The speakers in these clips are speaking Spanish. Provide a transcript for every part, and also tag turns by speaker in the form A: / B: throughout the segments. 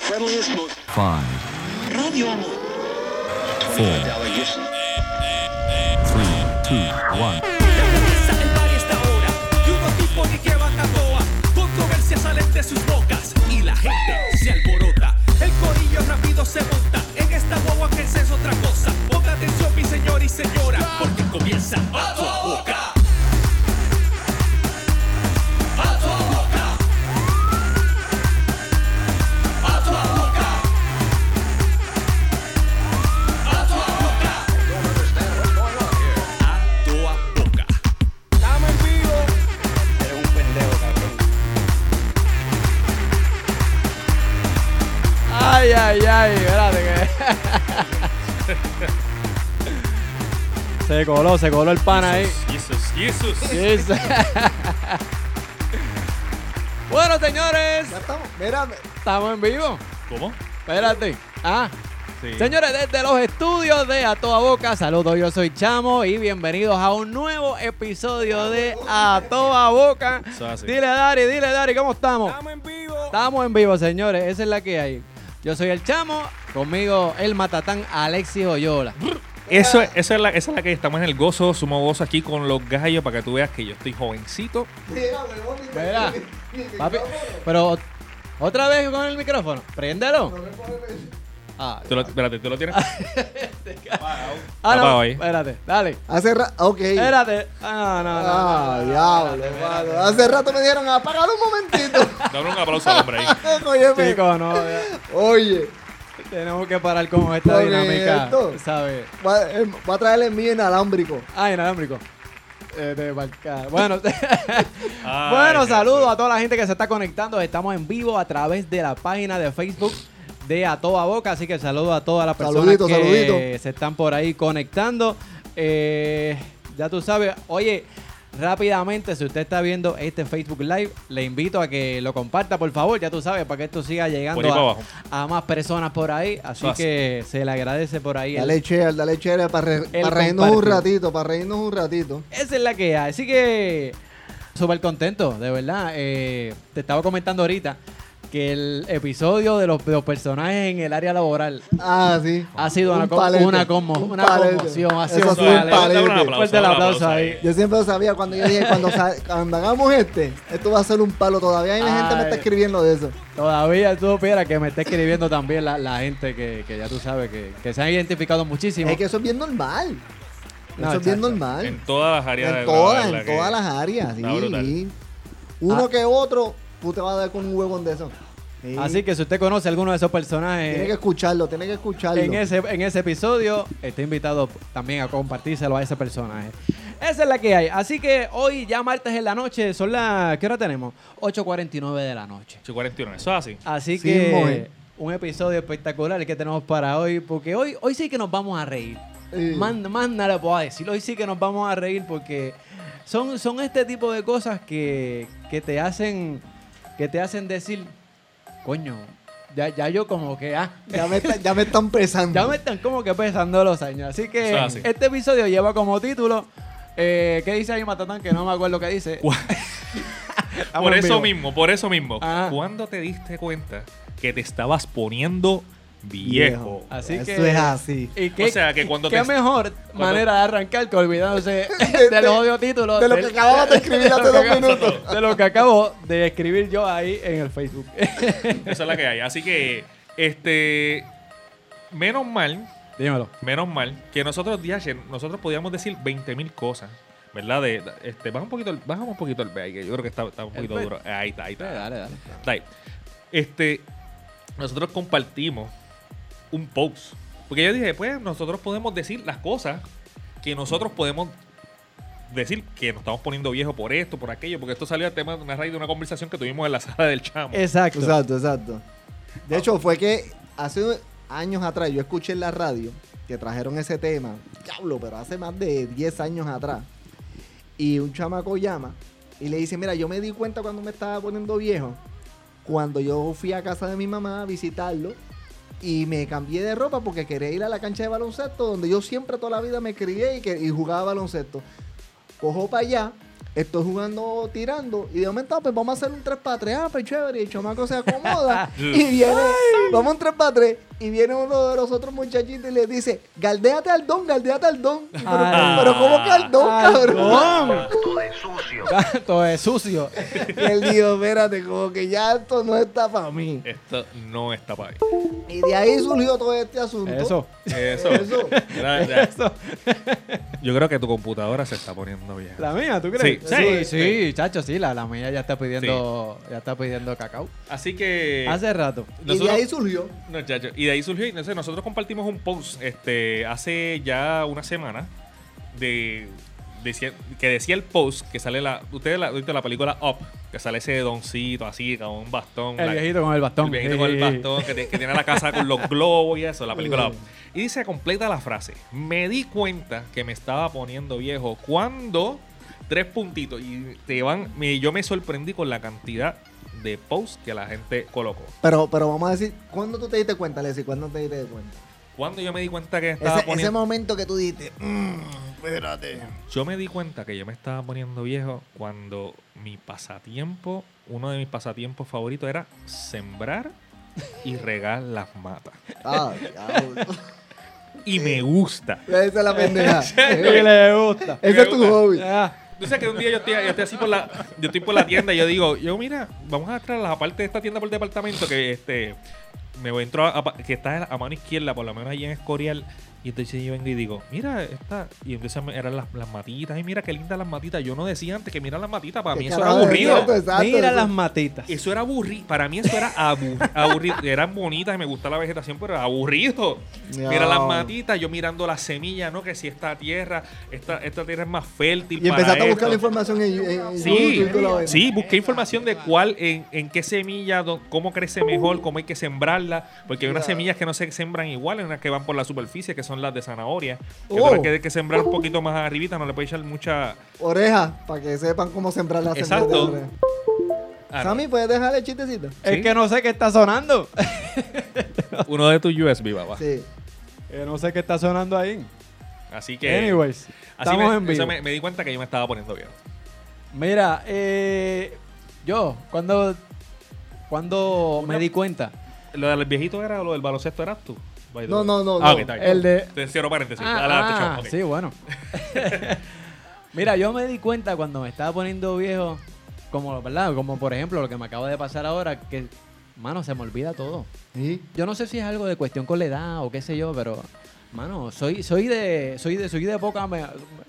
A: Five.
B: Radio Amor.
A: Four. Three. Two. One.
C: La cabeza del bar está ahora Y unos tipos que llevan a toa Controversia salen de sus bocas Y la gente se alborota El corillo rápido se monta En esta guagua que esa es otra cosa Ponga atención mi señor y señora Porque comienza a tu boca A tu boca A tu boca A tu boca A tu boca
D: Estamos en vivo. Eres un pendejo, cabrón.
E: Ay, ay, ay, espérate que. se coló, se coló el pan ahí.
F: Jesus, Jesus.
E: Yes. bueno, señores,
D: Ya estamos. Mira, me-
E: estamos en vivo.
F: ¿Cómo?
E: Espérate. Ah,
F: Sí.
E: señores, desde los estudios de A Toda Boca, saludos, yo soy Chamo y bienvenidos a un nuevo episodio de A Toda Boca.
F: Eso es así.
E: Dile, Dari, dile, Dari, ¿cómo estamos?
D: estamos en vivo.
E: Estamos en vivo, señores. Esa es la que hay. Yo soy el chamo, conmigo el matatán Alexis Oyola.
F: Eso, esa, es la, esa es la que estamos en el gozo, sumo gozo aquí con los gallos para que tú veas que yo estoy jovencito.
D: Mira, huevón, ni-
E: Verá.
D: ni- ni-
E: Papi,
D: ni-
E: pero otra vez con el micrófono. Préndelo. Ah,
F: Tú lo, espérate, ¿tú lo tienes?
E: ah,
F: Apagado
E: no,
F: ahí.
E: espérate, dale.
D: Hace rato. Ok.
E: Espérate. Ah, no, no, no.
D: Ah, diablo, hermano. Hace rato me dieron apagar un momentito.
F: Dame un aplauso al hombre ahí.
D: Oye, me-
E: Chicos, no. ya.
D: Oye,
E: Tenemos que parar con esta
D: Porque
E: dinámica.
D: esto-
E: ¿Sabes?
D: va, eh, va a traer el mío inalámbrico.
E: Ah, inalámbrico. Eh, de marcar. Bueno,
F: Ay,
E: bueno
F: Jesús.
E: saludos a toda la gente que se está conectando. Estamos en vivo a través de la página de Facebook de A Toda Boca. Así que saludos a todas las personas
D: Saludito,
E: que
D: saludito.
E: se están por ahí conectando. Eh, ya tú sabes, oye. Rápidamente, si usted está viendo este Facebook Live, le invito a que lo comparta, por favor, ya tú sabes, para que esto siga llegando
F: Por ahí para
E: a,
F: abajo.
E: a más personas por ahí. Así
F: Eso hace.
E: que se le agradece por ahí el-
D: Dale share, dale share para, re-
E: El
D: para reírnos un
E: compartir.
D: ratito, para reírnos un ratito.
E: Esa es la que hay. Así que súper contento, de verdad. Eh, te estaba comentando ahorita que el episodio de los, de los personajes en el área laboral
D: Ah, sí.
E: ha sido una,
D: Un
E: co-
D: palete,
E: una, conmo-
D: un
E: una
D: palete.
E: conmoción. Ha
D: Eso
E: sido
D: ha
E: un
D: sido un
E: palete.
D: palete.
F: Dame un aplauso,
E: Fuerte el
F: dame un
E: aplauso
F: aplauso
E: ahí.
D: Yo siempre lo sabía cuando yo dije, cuando, sa- cuando hagamos este, esto va a ser un palo. Todavía hay gente me
E: Ay.
D: está escribiendo de eso.
E: Todavía tú supieras que me está escribiendo también la, la gente que, que ya tú sabes que, que se han identificado muchísimo.
D: Es que eso es bien normal.
E: No,
D: eso es bien
E: exacto.
D: normal.
F: En todas las áreas
D: En
F: de
D: todas,
F: la- la
D: en
F: que-
D: todas las áreas.
F: Está
D: sí,
F: brutal.
D: sí. Uno
E: Ah.
D: que otro, tú te vas a dar con un huevón de eso. Sí.
E: Así que si usted conoce alguno de esos
D: Tiene que
E: personajes
D: escucharlo, tiene que escucharlo.
E: en ese, en ese episodio, está invitado también a compartírselo a ese personaje. Esa es la que hay. Así que hoy ya martes en la noche, son las... ¿Qué hora tenemos? 8.49 de la noche.
F: 8.41, eso es así.
E: Así
D: Sí,
E: que
D: mujer.
E: un episodio espectacular el que tenemos para hoy, porque hoy, hoy sí que nos vamos a reír.
D: Sí.
E: Más, más nada puedo decir. Hoy sí que nos vamos a reír porque son, son este tipo de cosas que, que te hacen que te hacen decir, coño, ya, ya yo como que ah,
D: Ya me, está- ya me están pesando.
E: ya me están como que pesando los años. Así que
F: Eso es así.
E: este episodio lleva como título. eh, ¿Qué dice ahí Matatán? Que no me acuerdo qué dice.
F: Cu-
E: Estamos
F: Por
E: en
F: eso
E: vivo. Ah.
F: mismo, por eso mismo.
E: Ajá.
F: ¿Cuándo te diste cuenta que te estabas poniendo viejo?
E: Así
D: Eso
E: que-
D: es así.
E: ¿Y qué,
F: O sea, que cuando
E: qué
F: te-
E: mejor
F: cuando-
E: manera de arrancar que olvidándose
D: de-
E: del odio título
D: De lo que
E: del-
D: acababas de escribir hace dos minutos.
E: de lo que acabo de escribir yo ahí en el Facebook.
F: Esa es la que hay. Así que, este. Menos mal
E: Dímelo.
F: Menos mal que nosotros, diache, nosotros podíamos decir 20.000 cosas, ¿verdad? De, este, baja un poquito, el- baja un poquito el BI, que yo creo que está, está un poquito
E: El
F: duro. Ahí está, ahí está.
E: Dale, dale.
F: Está ahí. Este, nosotros compartimos un post. Porque yo dije, pues nosotros podemos decir las cosas que nosotros podemos decir que nos estamos poniendo viejos por esto, por aquello, porque esto salió a tema de una raíz de una conversación que tuvimos en la sala del chamo.
E: Exacto.
D: Exacto, exacto. De hecho, fue que hace años atrás yo escuché en la radio que trajeron ese tema. Diablo, pero hace más de 10 años atrás. Y un chamaco llama y le dice, mira, yo me di cuenta cuando me estaba poniendo viejo, cuando yo fui a casa de mi mamá a visitarlo y me cambié de ropa porque quería ir a la cancha de baloncesto donde yo siempre toda la vida me crié y, que, y jugaba baloncesto. Cojo para allá Estoy jugando tirando y de momento, ah, pues vamos a hacer un 3 para 3, ah, pues chévere, y el chamaco se acomoda y viene, vamos a un 3 para 3 y viene uno de los otros muchachitos y le dice, galdéate al don, galdéate al don. Y, Pero,
E: Ah.
D: pero ¿cómo que al don, cabrón?
B: Todo de sucio.
E: Todo es sucio.
D: Y él dijo, espérate, como que ya esto no está para mí.
F: Esto no está para ahí.
D: Y de ahí surgió todo este asunto.
E: Eso.
F: Eso.
D: Eso.
F: Era- era-
E: Eso.
F: Yo creo que tu computadora se está poniendo vieja.
E: ¿La mía, tú crees?
F: Sí,
E: sí,
F: sí,
E: sí, chacho, sí, la, la mía ya está pidiendo, ya está pidiendo cacao.
F: Así que.
E: Hace rato.
D: Y de
F: nosotros-
D: ahí surgió.
F: No, chacho. Y de ahí surgió, y no sé, nosotros compartimos un post este, hace ya una semana de, decía- que decía el post que sale la. Ustedes la, ahorita la película Up, que sale ese doncito así, con un bastón.
E: El
F: la-
E: viejito con el bastón.
F: el viejito
E: Sí,
F: con
E: sí,
F: el
E: sí.
F: bastón, que, te- que tiene la casa con los globos y eso, la película Up. Y dice completa la frase. Me di cuenta que me estaba poniendo viejo cuando. Tres puntitos. Y te van. me- yo me sorprendí con la cantidad de posts que la gente colocó.
D: Pero, pero vamos a decir, ¿cuándo tú te diste cuenta, Leslie? ¿Cuándo te diste cuenta?
F: Cuando yo me di cuenta que estaba
D: Ese, ese
F: poniendo.
D: momento que tú dijiste, "Mm, espérate.
F: Yo me di cuenta que yo me estaba poniendo viejo cuando mi pasatiempo, uno de mis pasatiempos favoritos era sembrar y regar las matas.
D: Ah, diablo.
F: Y me gusta.
D: Esa es la pendeja.
E: Que le gusta.
D: Ese es tu hobby.
E: Ah,
F: Tú sabes que un día yo estoy, yo estoy así por la, yo estoy por la tienda y yo digo, yo mira, vamos a traer la parte de esta tienda por el departamento que este me voy a entrar a pa- que está a mano izquierda, por lo menos allí en Escorial. Y entonces yo vengo y digo, mira, esta. Y entonces me- eran las, las matitas. Ay, mira qué lindas las matitas. Yo no decía antes que mira las matitas. Para mí eso era
D: Carajo,
F: aburrido.
D: exacto, exacto,
E: mira
D: eso.
E: las matitas.
F: Eso era aburrido. Para mí eso era aburrido. Eran bonitas y me gusta la vegetación, pero era aburrido.
D: No.
F: Mira las matitas, yo mirando las semillas, ¿no? Que si esta tierra, esta, esta tierra es más fértil.
D: Y empezaste
F: para
D: a buscar la
F: esto.
D: información en, en- en
F: Sí,
D: YouTube y toda la vaina.
F: sí, busqué información de cuál, en, en qué semilla, do- cómo crece mejor, cómo hay que sembrarla, porque hay unas semillas que no se sembran igual, hay unas que van por la superficie, que son las de zanahoria, que
D: Oh.
F: otras que hay que sembrar un poquito más arribita, no le puedes echar mucha...
D: Oreja, para que sepan cómo sembrar las
F: Exacto.
D: semillas de oreja.
F: Ah, no.
D: Sammy, ¿puedes dejar el chistecito?
E: Es que no sé qué está sonando.
F: Uno de tus USB, papá.
D: Sí.
E: Eh, no sé qué está sonando ahí.
F: Así que...
E: Anyways,
F: así
E: estamos
F: me,
E: en vivo.
F: eso me, me di cuenta que yo me estaba poniendo viejo.
E: Mira, eh, yo, cuando, cuando me di cuenta,
F: ¿Lo del viejito era lo del baloncesto eras tú? by the
D: No,
F: way?
D: no, no,
F: Ah,
D: no.
F: ok, está bien.
E: El de-
F: Te cierro paréntesis.
E: Ah,
F: Adelante,
E: ah,
F: chamo, ok.
E: Sí, bueno. Mira, yo me di cuenta cuando me estaba poniendo viejo, como, ¿verdad? como por ejemplo lo que me acaba de pasar ahora, que, mano, se me olvida todo.
D: Sí.
E: Yo no sé si es algo de cuestión con la edad o qué sé yo, pero, mano, soy, soy de, soy de, soy de poca, me-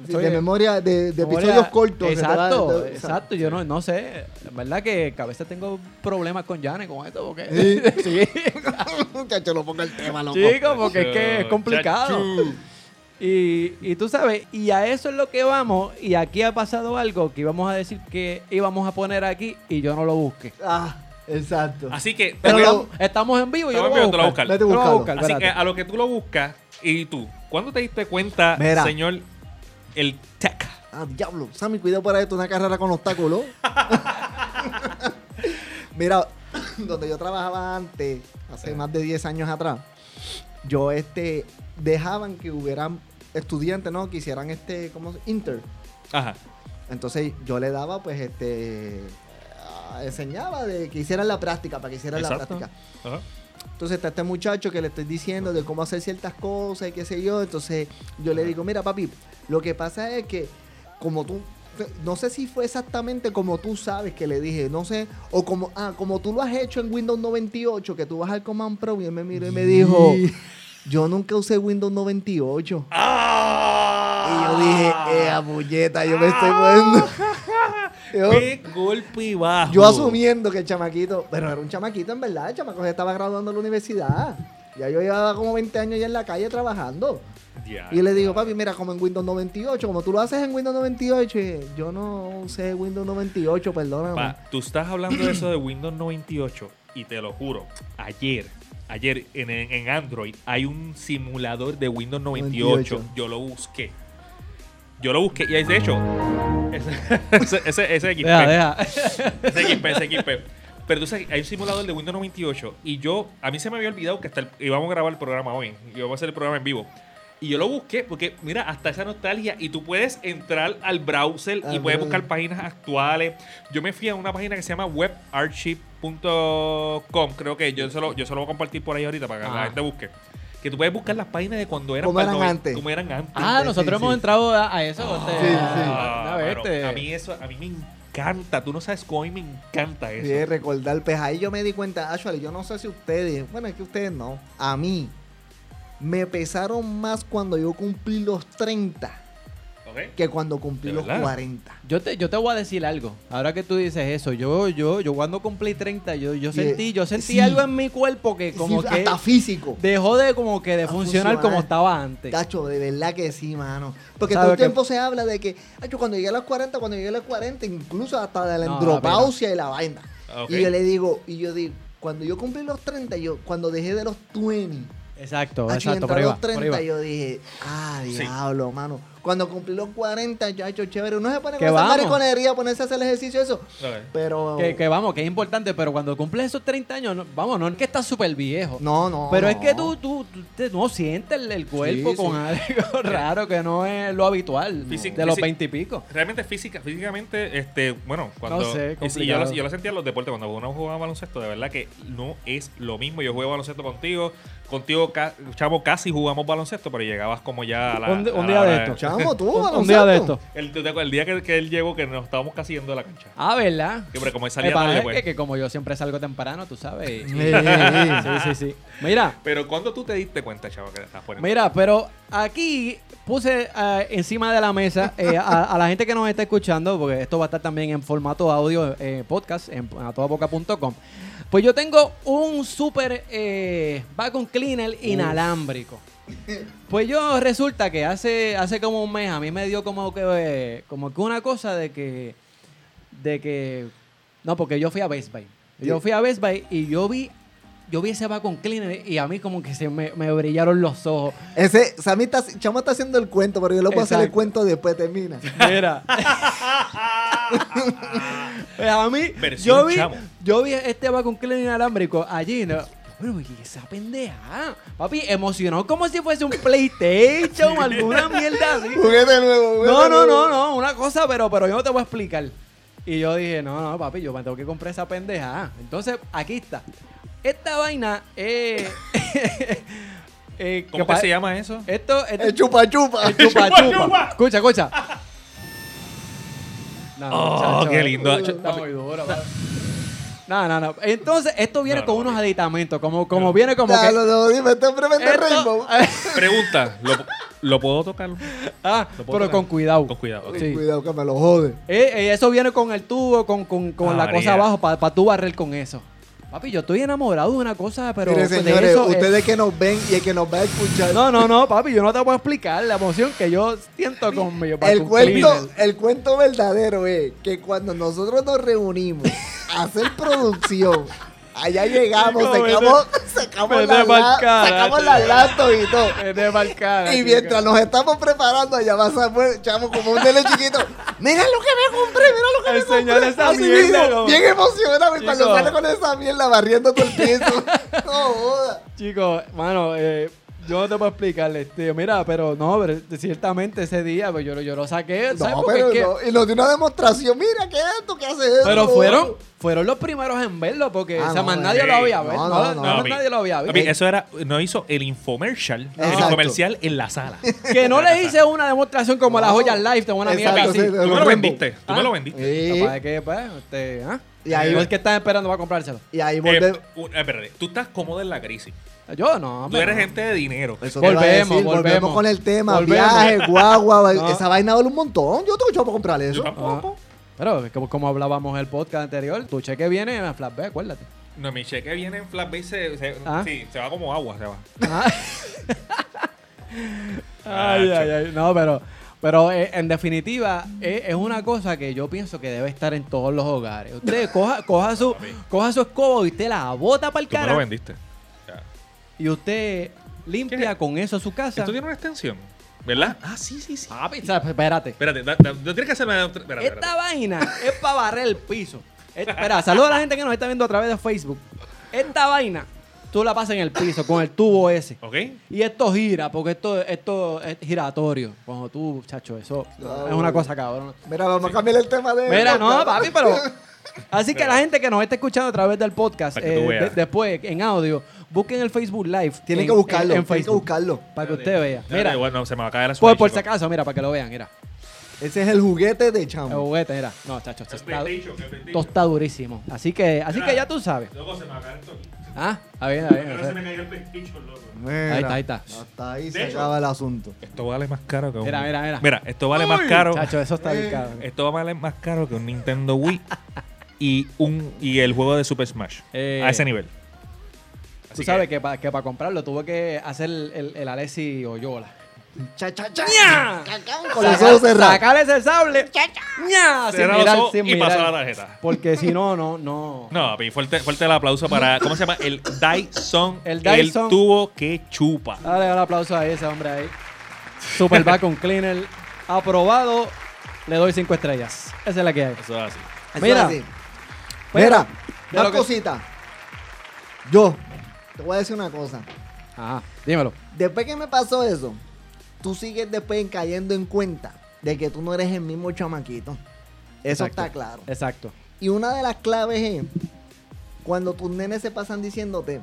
D: Sí,
E: soy
D: de memoria, de, de
E: memoria-
D: episodios cortos. se te va-
E: Exacto,
D: te- o sea,
E: exacto. Yo no, no sé, en verdad que a veces tengo problemas con Yane con esto, porque,
D: Sí. Muchacho, lo pongo el tema, loco.
E: Chico, porque es que es
F: Chacho.
E: complicado. Y, y tú sabes, y a eso es lo que vamos, y aquí ha pasado algo que íbamos a decir que íbamos a poner aquí y yo no lo busqué.
D: Ah, exacto.
F: Así que...
D: Pero
F: te voy a-
D: lo-
E: Estamos en vivo y yo lo
F: Estamos
E: voy a
F: en vivo, tú lo
E: buscar.
F: buscas.
D: Vete
E: Yo lo voy a buscar,
D: buscando.
F: Así que
E: espérate.
F: a lo que tú lo buscas, y tú, ¿cuándo te diste cuenta,
D: Mira.
F: señor, el tech?
D: Ah, diablo. Sammy, cuidado para esto, una carrera con obstáculos. Mira, donde yo trabajaba antes, hace más de 10 años atrás, yo este dejaban que hubieran estudiantes, ¿no? Que hicieran este, ¿cómo se Inter.
F: Ajá.
D: Entonces yo le daba, pues, este. ah, Enseñaba de que hicieran la práctica, para que hicieran la
F: Exacto.
D: práctica.
F: Ajá.
D: Entonces está este muchacho que le estoy diciendo de cómo hacer ciertas cosas y qué sé yo. Entonces yo le digo, mira papi, lo que pasa es que como tú, no sé si fue exactamente como tú sabes que le dije, no sé, o como, ah, como tú lo has hecho en Windows 98, que tú vas al Command Pro y él me miró y me dijo, yo nunca usé Windows 98.
F: ah.
D: Y yo dije, eh, puñeta,
E: Ah.
D: yo me estoy poniendo. Yo-
F: ¡Qué golpe bajo!
D: yo asumiendo que el chamaquito, pero era un chamaquito en verdad, el chamaco se estaba graduando en la universidad. Ya yo llevaba como 20 años ya en la calle trabajando.
F: Ya.
D: Y le digo, papi, mira, como en Windows 98, como tú lo haces en Windows 98, y yo no sé Windows 98, perdóname.
F: Pa, tú estás hablando de eso de Windows 98 y te lo juro, ayer, ayer en, en- en Android hay un simulador de Windows 98.
D: 98.
F: Yo lo busqué. Yo lo busqué y de hecho, ese, ese, ese, ese XP,
E: Deja, deja.
F: ese XP, ese XP. Pero tú sabes, hay un simulador de Windows 98 y yo, a mí se me había olvidado que hasta el- íbamos a grabar el programa hoy. Yo voy a hacer el programa en vivo. Y yo lo busqué porque, mira, hasta esa nostalgia. Y tú puedes entrar al browser y
D: Ah,
F: puedes
D: bueno.
F: buscar páginas actuales. Yo me fui a una página que se llama webarchive.com. Creo que yo se, lo, yo se lo voy a compartir por ahí ahorita para que la
E: Ah.
F: gente busque. Que tú puedes buscar las páginas de cuando eran
D: Como
F: para el
D: eran
F: noven-
D: antes.
F: Como eran antes.
E: Ah, nosotros
D: sí,
E: hemos
D: sí.
E: entrado a, a eso. este,
D: sí.
E: a-
F: Ah,
E: a ver,
F: mano,
E: este,
F: a mí eso, a mí me encanta. Tú no sabes cómo a mí me encanta eso.
D: Sí, de recordar, pues ahí yo me di cuenta, actually, yo no sé si ustedes, bueno, es que ustedes no, a mí me pesaron más cuando yo cumplí los 30
F: ¿Ok?
D: que cuando cumplí
F: ¿De
D: los
F: verdad?
D: 40.
E: Yo te, yo te voy a decir algo. Ahora que tú dices eso, yo, yo, yo cuando cumplí 30, yo, yo
D: Y,
E: sentí, yo sentí
D: sí.
E: algo en mi cuerpo que como
D: Sí,
E: que
D: hasta físico.
E: dejó de como que de
D: A
E: funcionar, como
D: funcionar.
E: estaba antes.
D: Tacho, de verdad que sí, mano.
E: Este.
D: Porque
E: ¿Sabe
D: todo el
E: qué?
D: tiempo se habla de que, "Ay, yo cuando llegué a los 40, cuando llegué a los 40, incluso hasta de la
E: No,
D: andropausia y la vaina.
F: Ah, ok.
D: Y yo le digo, y yo digo, cuando yo cumplí los 30, yo, cuando dejé de los 20,
E: Exacto,
D: Hacho,
E: Oh,
D: y
E: exacto.
D: entré
E: Por ahí
D: a
E: va,
D: los
E: por ahí
D: 30
E: va.
D: yo dije, ah,
F: Sí.
D: diablo, mano. Cuando cumplí los 40, ya hecho chévere. Uno se pone
E: Que
D: con esa
E: vamos.
D: mariconería, ponerse a hacer el ejercicio, eso.
F: Ok.
D: Pero.
E: Que, que vamos, que es importante, pero cuando cumples esos 30 años, no- vamos, no es que estás súper viejo.
D: No, no.
E: Pero es
D: no.
E: que tú, tú, tú te- no sientes el, el cuerpo
D: Sí,
E: con algo raro que no es lo habitual
F: Físic-
E: de los
F: físic-
E: 20 y pico.
F: Realmente física, físicamente, este, bueno, cuando
E: No sé,
F: y- y yo,
E: complicado.
F: lo, yo lo sentía en los deportes, cuando uno jugaba baloncesto, de verdad que no es lo mismo. Yo jugué baloncesto contigo, contigo ca- chavo casi jugamos baloncesto, pero llegabas como ya a la.
E: Un di-
F: a la
E: un día
F: hora
E: de esto.
D: Chamo, tú,
E: un, un
D: baloncesto.
E: día de esto.
F: El, ¿tú te acuerdas? el día que, que él llegó, que nos estábamos casi yendo de la cancha.
E: Ah, ¿verdad?
F: Que, pero como él
E: Me
F: salía tarde,
E: parece
F: pues.
E: que, que como yo siempre salgo temprano, tú sabes. y-
D: Sí, sí,
E: Sí, sí, sí. Mira,
F: Pero cuando tú te diste cuenta, chavo, que te estabas poniendo.
E: mira, pero aquí puse eh, encima de la mesa eh, a, a la gente que nos está escuchando, porque esto va a estar también en formato audio eh, podcast en atodaboca.com. Pues yo tengo un super eh, vacuum cleaner inalámbrico. Pues yo resulta que hace, hace como un mes a mí me dio como que eh, como que una cosa de que de que no porque yo fui a Best Buy. Yo fui a Best Buy y yo vi yo vi ese vacuum cleaner y a mí como que se me, me brillaron los ojos.
D: Ese, Sammy está, Chamo está haciendo el cuento, pero yo le puedo hacer el
E: Exacto.
D: cuento después, termina.
E: Mira. Pues a mí,
F: Versión
E: yo vi,
F: chamo.
E: yo vi este vacuum cleaner inalámbrico allí. ¿no? Pero, ¿y esa pendeja? ¿ah?". Papi, emocionado como si fuese un PlayStation o alguna mierda así.
D: Juguete nuevo, juguete
E: No, no,
D: nuevo.
E: no, no, una cosa, pero, pero yo no te voy a explicar. Y yo dije, no, no, papi, yo me tengo que comprar esa pendeja. ¿ah?". Entonces, aquí está. Esta vaina eh, eh,
F: ¿Cómo que
E: pa-
F: se llama eso?
E: Esto, esto
D: El chupa chupa.
E: el chupa,
F: chupa,
E: chupa.
F: chupa.
E: Escucha, escucha. No,
F: Oh, qué lindo.
E: Está muy duro. papi. No, no, no. Entonces, esto viene
F: No,
E: con
F: no,
E: unos
F: papi.
E: aditamentos, como, como viene como
D: Ya,
E: que...
D: lo, lo, dime, este es tremendo
E: esto-
D: rainbow.
F: Pregunta, ¿lo, lo puedo tocar?
E: ah,
F: ¿Lo puedo
E: pero
F: tocar?
E: con cuidado.
F: Con cuidado, ok.
E: Sí.
D: Cuidado que me lo jode.
E: Eh, eh, eso viene con el tubo, con, con- con
F: Ah,
E: la
F: María.
E: cosa abajo, para tú barrer con eso. Papi, yo estoy enamorado de una cosa, pero
D: Mire,
E: de
D: señores,
E: eso, eh,
D: ustedes que nos ven y el que nos va a escuchar.
E: No, no, no, papi, yo no te puedo explicar la emoción que yo siento conmigo.
D: El cuento, el cuento verdadero es que cuando nosotros nos reunimos a hacer producción, allá llegamos,
E: Como
D: sacamos,
E: vete-
D: sacamos,
E: vete
D: la,
E: pa'l
D: la-
E: carajo.
D: sacamos la laptop y todo.
E: De marcada,
D: Y mientras nos estamos preparando, allá va Samuel, chamo, como un tele chiquito. Mira lo que me compré, mira lo que me compré.
E: Enseñale esa
D: Así
E: mierda,
D: mismo,
E: como-
D: bien emocionado y cuando
E: Chico.
D: sale con esa mierda barriendo todo el piso. No joda.
E: Chicos, mano, eh, yo no te puedo explicarles, tío. Mira, pero no, pero ciertamente ese día, pues yo, lo- yo lo saqué, ¿sabes?
D: No,
E: Porque
D: pero
E: es que-
D: no. Y nos dio una demostración. Mira, ¿qué es esto? ¿Qué hace esto?
E: pero fueron, fueron los primeros en verlo, porque
D: Ah,
E: o sea,
D: no,
E: más
D: eh.
E: nadie lo había
D: No,
E: visto.
D: no,
E: No,
D: no,
E: no,
F: papi.
E: nadie lo había
F: Papi,
E: visto.
F: eso era, no hizo el infomercial, el
D: Exacto.
F: infomercial en la sala.
E: Que no le hice una demostración como
D: No.
E: las joyas live de una mierda
D: Exacto,
E: así.
D: sí,
F: Tú me
D: Rainbow.
F: lo vendiste, tú me
E: Ah.
F: lo vendiste.
D: Sí.
E: Capaz de que, pues, este, ¿ah?
D: Y ahí-
E: No es que están esperando para comprárselo.
D: Y ahí
F: Eh,
D: volvemos.
F: u- eh, espérate, tú estás cómodo en la crisis.
E: Yo no,
F: Tú
E: hombre,
F: eres
E: no.
F: gente de dinero.
D: Eso te iba a
E: Volvemos, volvemos.
D: volvemos con el tema.
E: Volvemos.
D: Viajes, guagua,
E: No.
D: esa vaina vale un montón. Yo tengo chavo para comprar
F: Yo
D: eso.
F: tampoco.
E: Pero como, como hablábamos en el podcast anterior, tu cheque viene en la flashback, acuérdate.
F: No, mi cheque viene en flat base. Se, se-
E: Ah.
F: Sí, se va como agua, se va.
E: Ah. ay, ay, ay. No, pero, pero eh, en definitiva, eh, es, una cosa que yo pienso que debe estar en todos los hogares. Usted coja, coja, su, coja su escoba y usted la bota para el
F: Tú me lo
E: cara
F: vendiste. Ya.
E: y usted limpia
F: ¿Qué?
E: con eso su casa.
F: Esto tiene una extensión, ¿verdad? Ah, sí, sí, sí.
E: Papi, o sea, pues, espérate.
F: Espérate, da- da- no tienes que hacerme. Espérate, espérate.
E: Esta vaina es para Eh, barrer el piso. Es- Espera, saluda a la gente que nos está viendo a través de Facebook. Esta vaina tú la pasas en el piso con el tubo ese.
F: ¿Ok?
E: Y esto gira, porque esto, esto es giratorio. Cuando tú, chacho, eso
D: Ah,
E: es una cosa cabrón.
D: Mira, vamos a cambiar el tema de.
E: Mira, no, papi, pero. Así que la gente que nos está escuchando a través del podcast,
F: Para que tú
E: eh,
F: veas.
E: de- después en audio, busquen el Facebook Live.
D: Tienen
E: en-
D: que buscarlo.
E: en- en
D: tienen que
E: Facebook,
D: buscarlo.
E: Para que usted vea. Mira,
F: bueno, se me va a caer la
E: por,
F: suerte.
E: por si
F: chicos.
E: acaso, mira, para que lo vean, mira.
D: Ese es el juguete de
E: El
D: chamo.
E: juguete, mira. No, chacho, esto
F: El
E: está,
F: bendicho, el
E: esto
F: bendicho.
E: está durísimo. Así que, así que ya tú sabes.
F: Loco, se me va a caer esto aquí.
E: Ah, a ver, a ver.
F: Espero se me caiga el pestillo, loco.
D: Mira,
E: Ahí está, ahí está.
D: Hasta ahí
F: De
D: se
F: hecho-
D: acaba el asunto.
F: Esto vale más caro que un.
E: Mira, mira, mira.
F: Mira, esto vale más caro.
E: Chacho, eso está bien, cabrón.
F: Esto vale más caro que un Nintendo Wii y un y el juego de Super Smash.
E: Eh.
F: a ese nivel.
E: Tú sabes que, para que para comprarlo tuve que hacer el, el, el Alessi Oyola.
D: Cha, cha, cha.
E: ¡Nya!
D: Con los ojos cerrados.
E: Sacar ese sable. ¡Nya! Sin
F: Cerrar los
E: mirar,
F: ojos
E: sin
F: y pasar
E: mirar.
F: la tarjeta.
E: Porque si no, no, no.
F: No, papi, fuerte, fuerte el aplauso para. ¿Cómo se llama? El Dyson.
E: El Dyson.
F: El tubo que chupa.
E: Dale un aplauso a ese hombre ahí. Super Vacuum Cleaner. Aprobado. Le doy cinco estrellas. Esa es la que hay. Pues,
F: Eso es así.
D: Eso
E: Mira.
D: es así.
E: Pero,
D: Mira,
E: de
D: más
E: lo que-
D: cositas. Yo, te voy a decir una cosa.
E: Ajá, Ah, dímelo.
D: Después que me pasó eso, tú sigues después cayendo en cuenta de que tú no eres el mismo chamaquito. Eso
E: Exacto.
D: está claro.
E: Exacto.
D: Y una de las claves es cuando tus nenes se pasan diciéndote,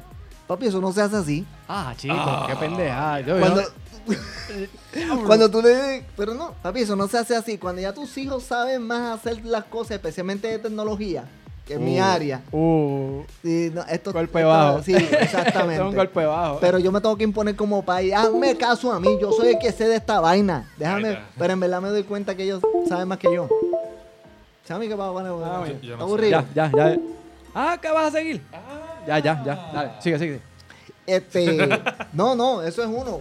D: papi, eso no se hace así.
E: Ah, chico, qué pendeja. Yo,
D: Cuando,
E: yo-
D: cuando tú le dices, pero no, papi, eso no se hace así. Cuando ya tus hijos saben más hacer las cosas, especialmente de tecnología, que es mi
E: Uh,
D: área.
E: Uh,
D: Sí, no, esto,
E: Golpe
D: esto-
E: bajo.
D: Sí, exactamente.
E: Esto es un golpe bajo.
D: Pero yo me tengo que imponer como país. Hazme caso a mí, yo soy el que sé de esta vaina.
F: Ahí
D: Déjame.
F: está.
D: Pero en verdad me doy cuenta que ellos saben más que yo. ¿Sabes qué va a poner?
E: Ah, yo-
D: Está
F: yo no sé.
D: aburrido.
E: ya, ya, ya. Ah, ¿qué vas a seguir? Ya, ya, ya. Dale, sigue, sigue.
D: Este, no, no, eso es uno.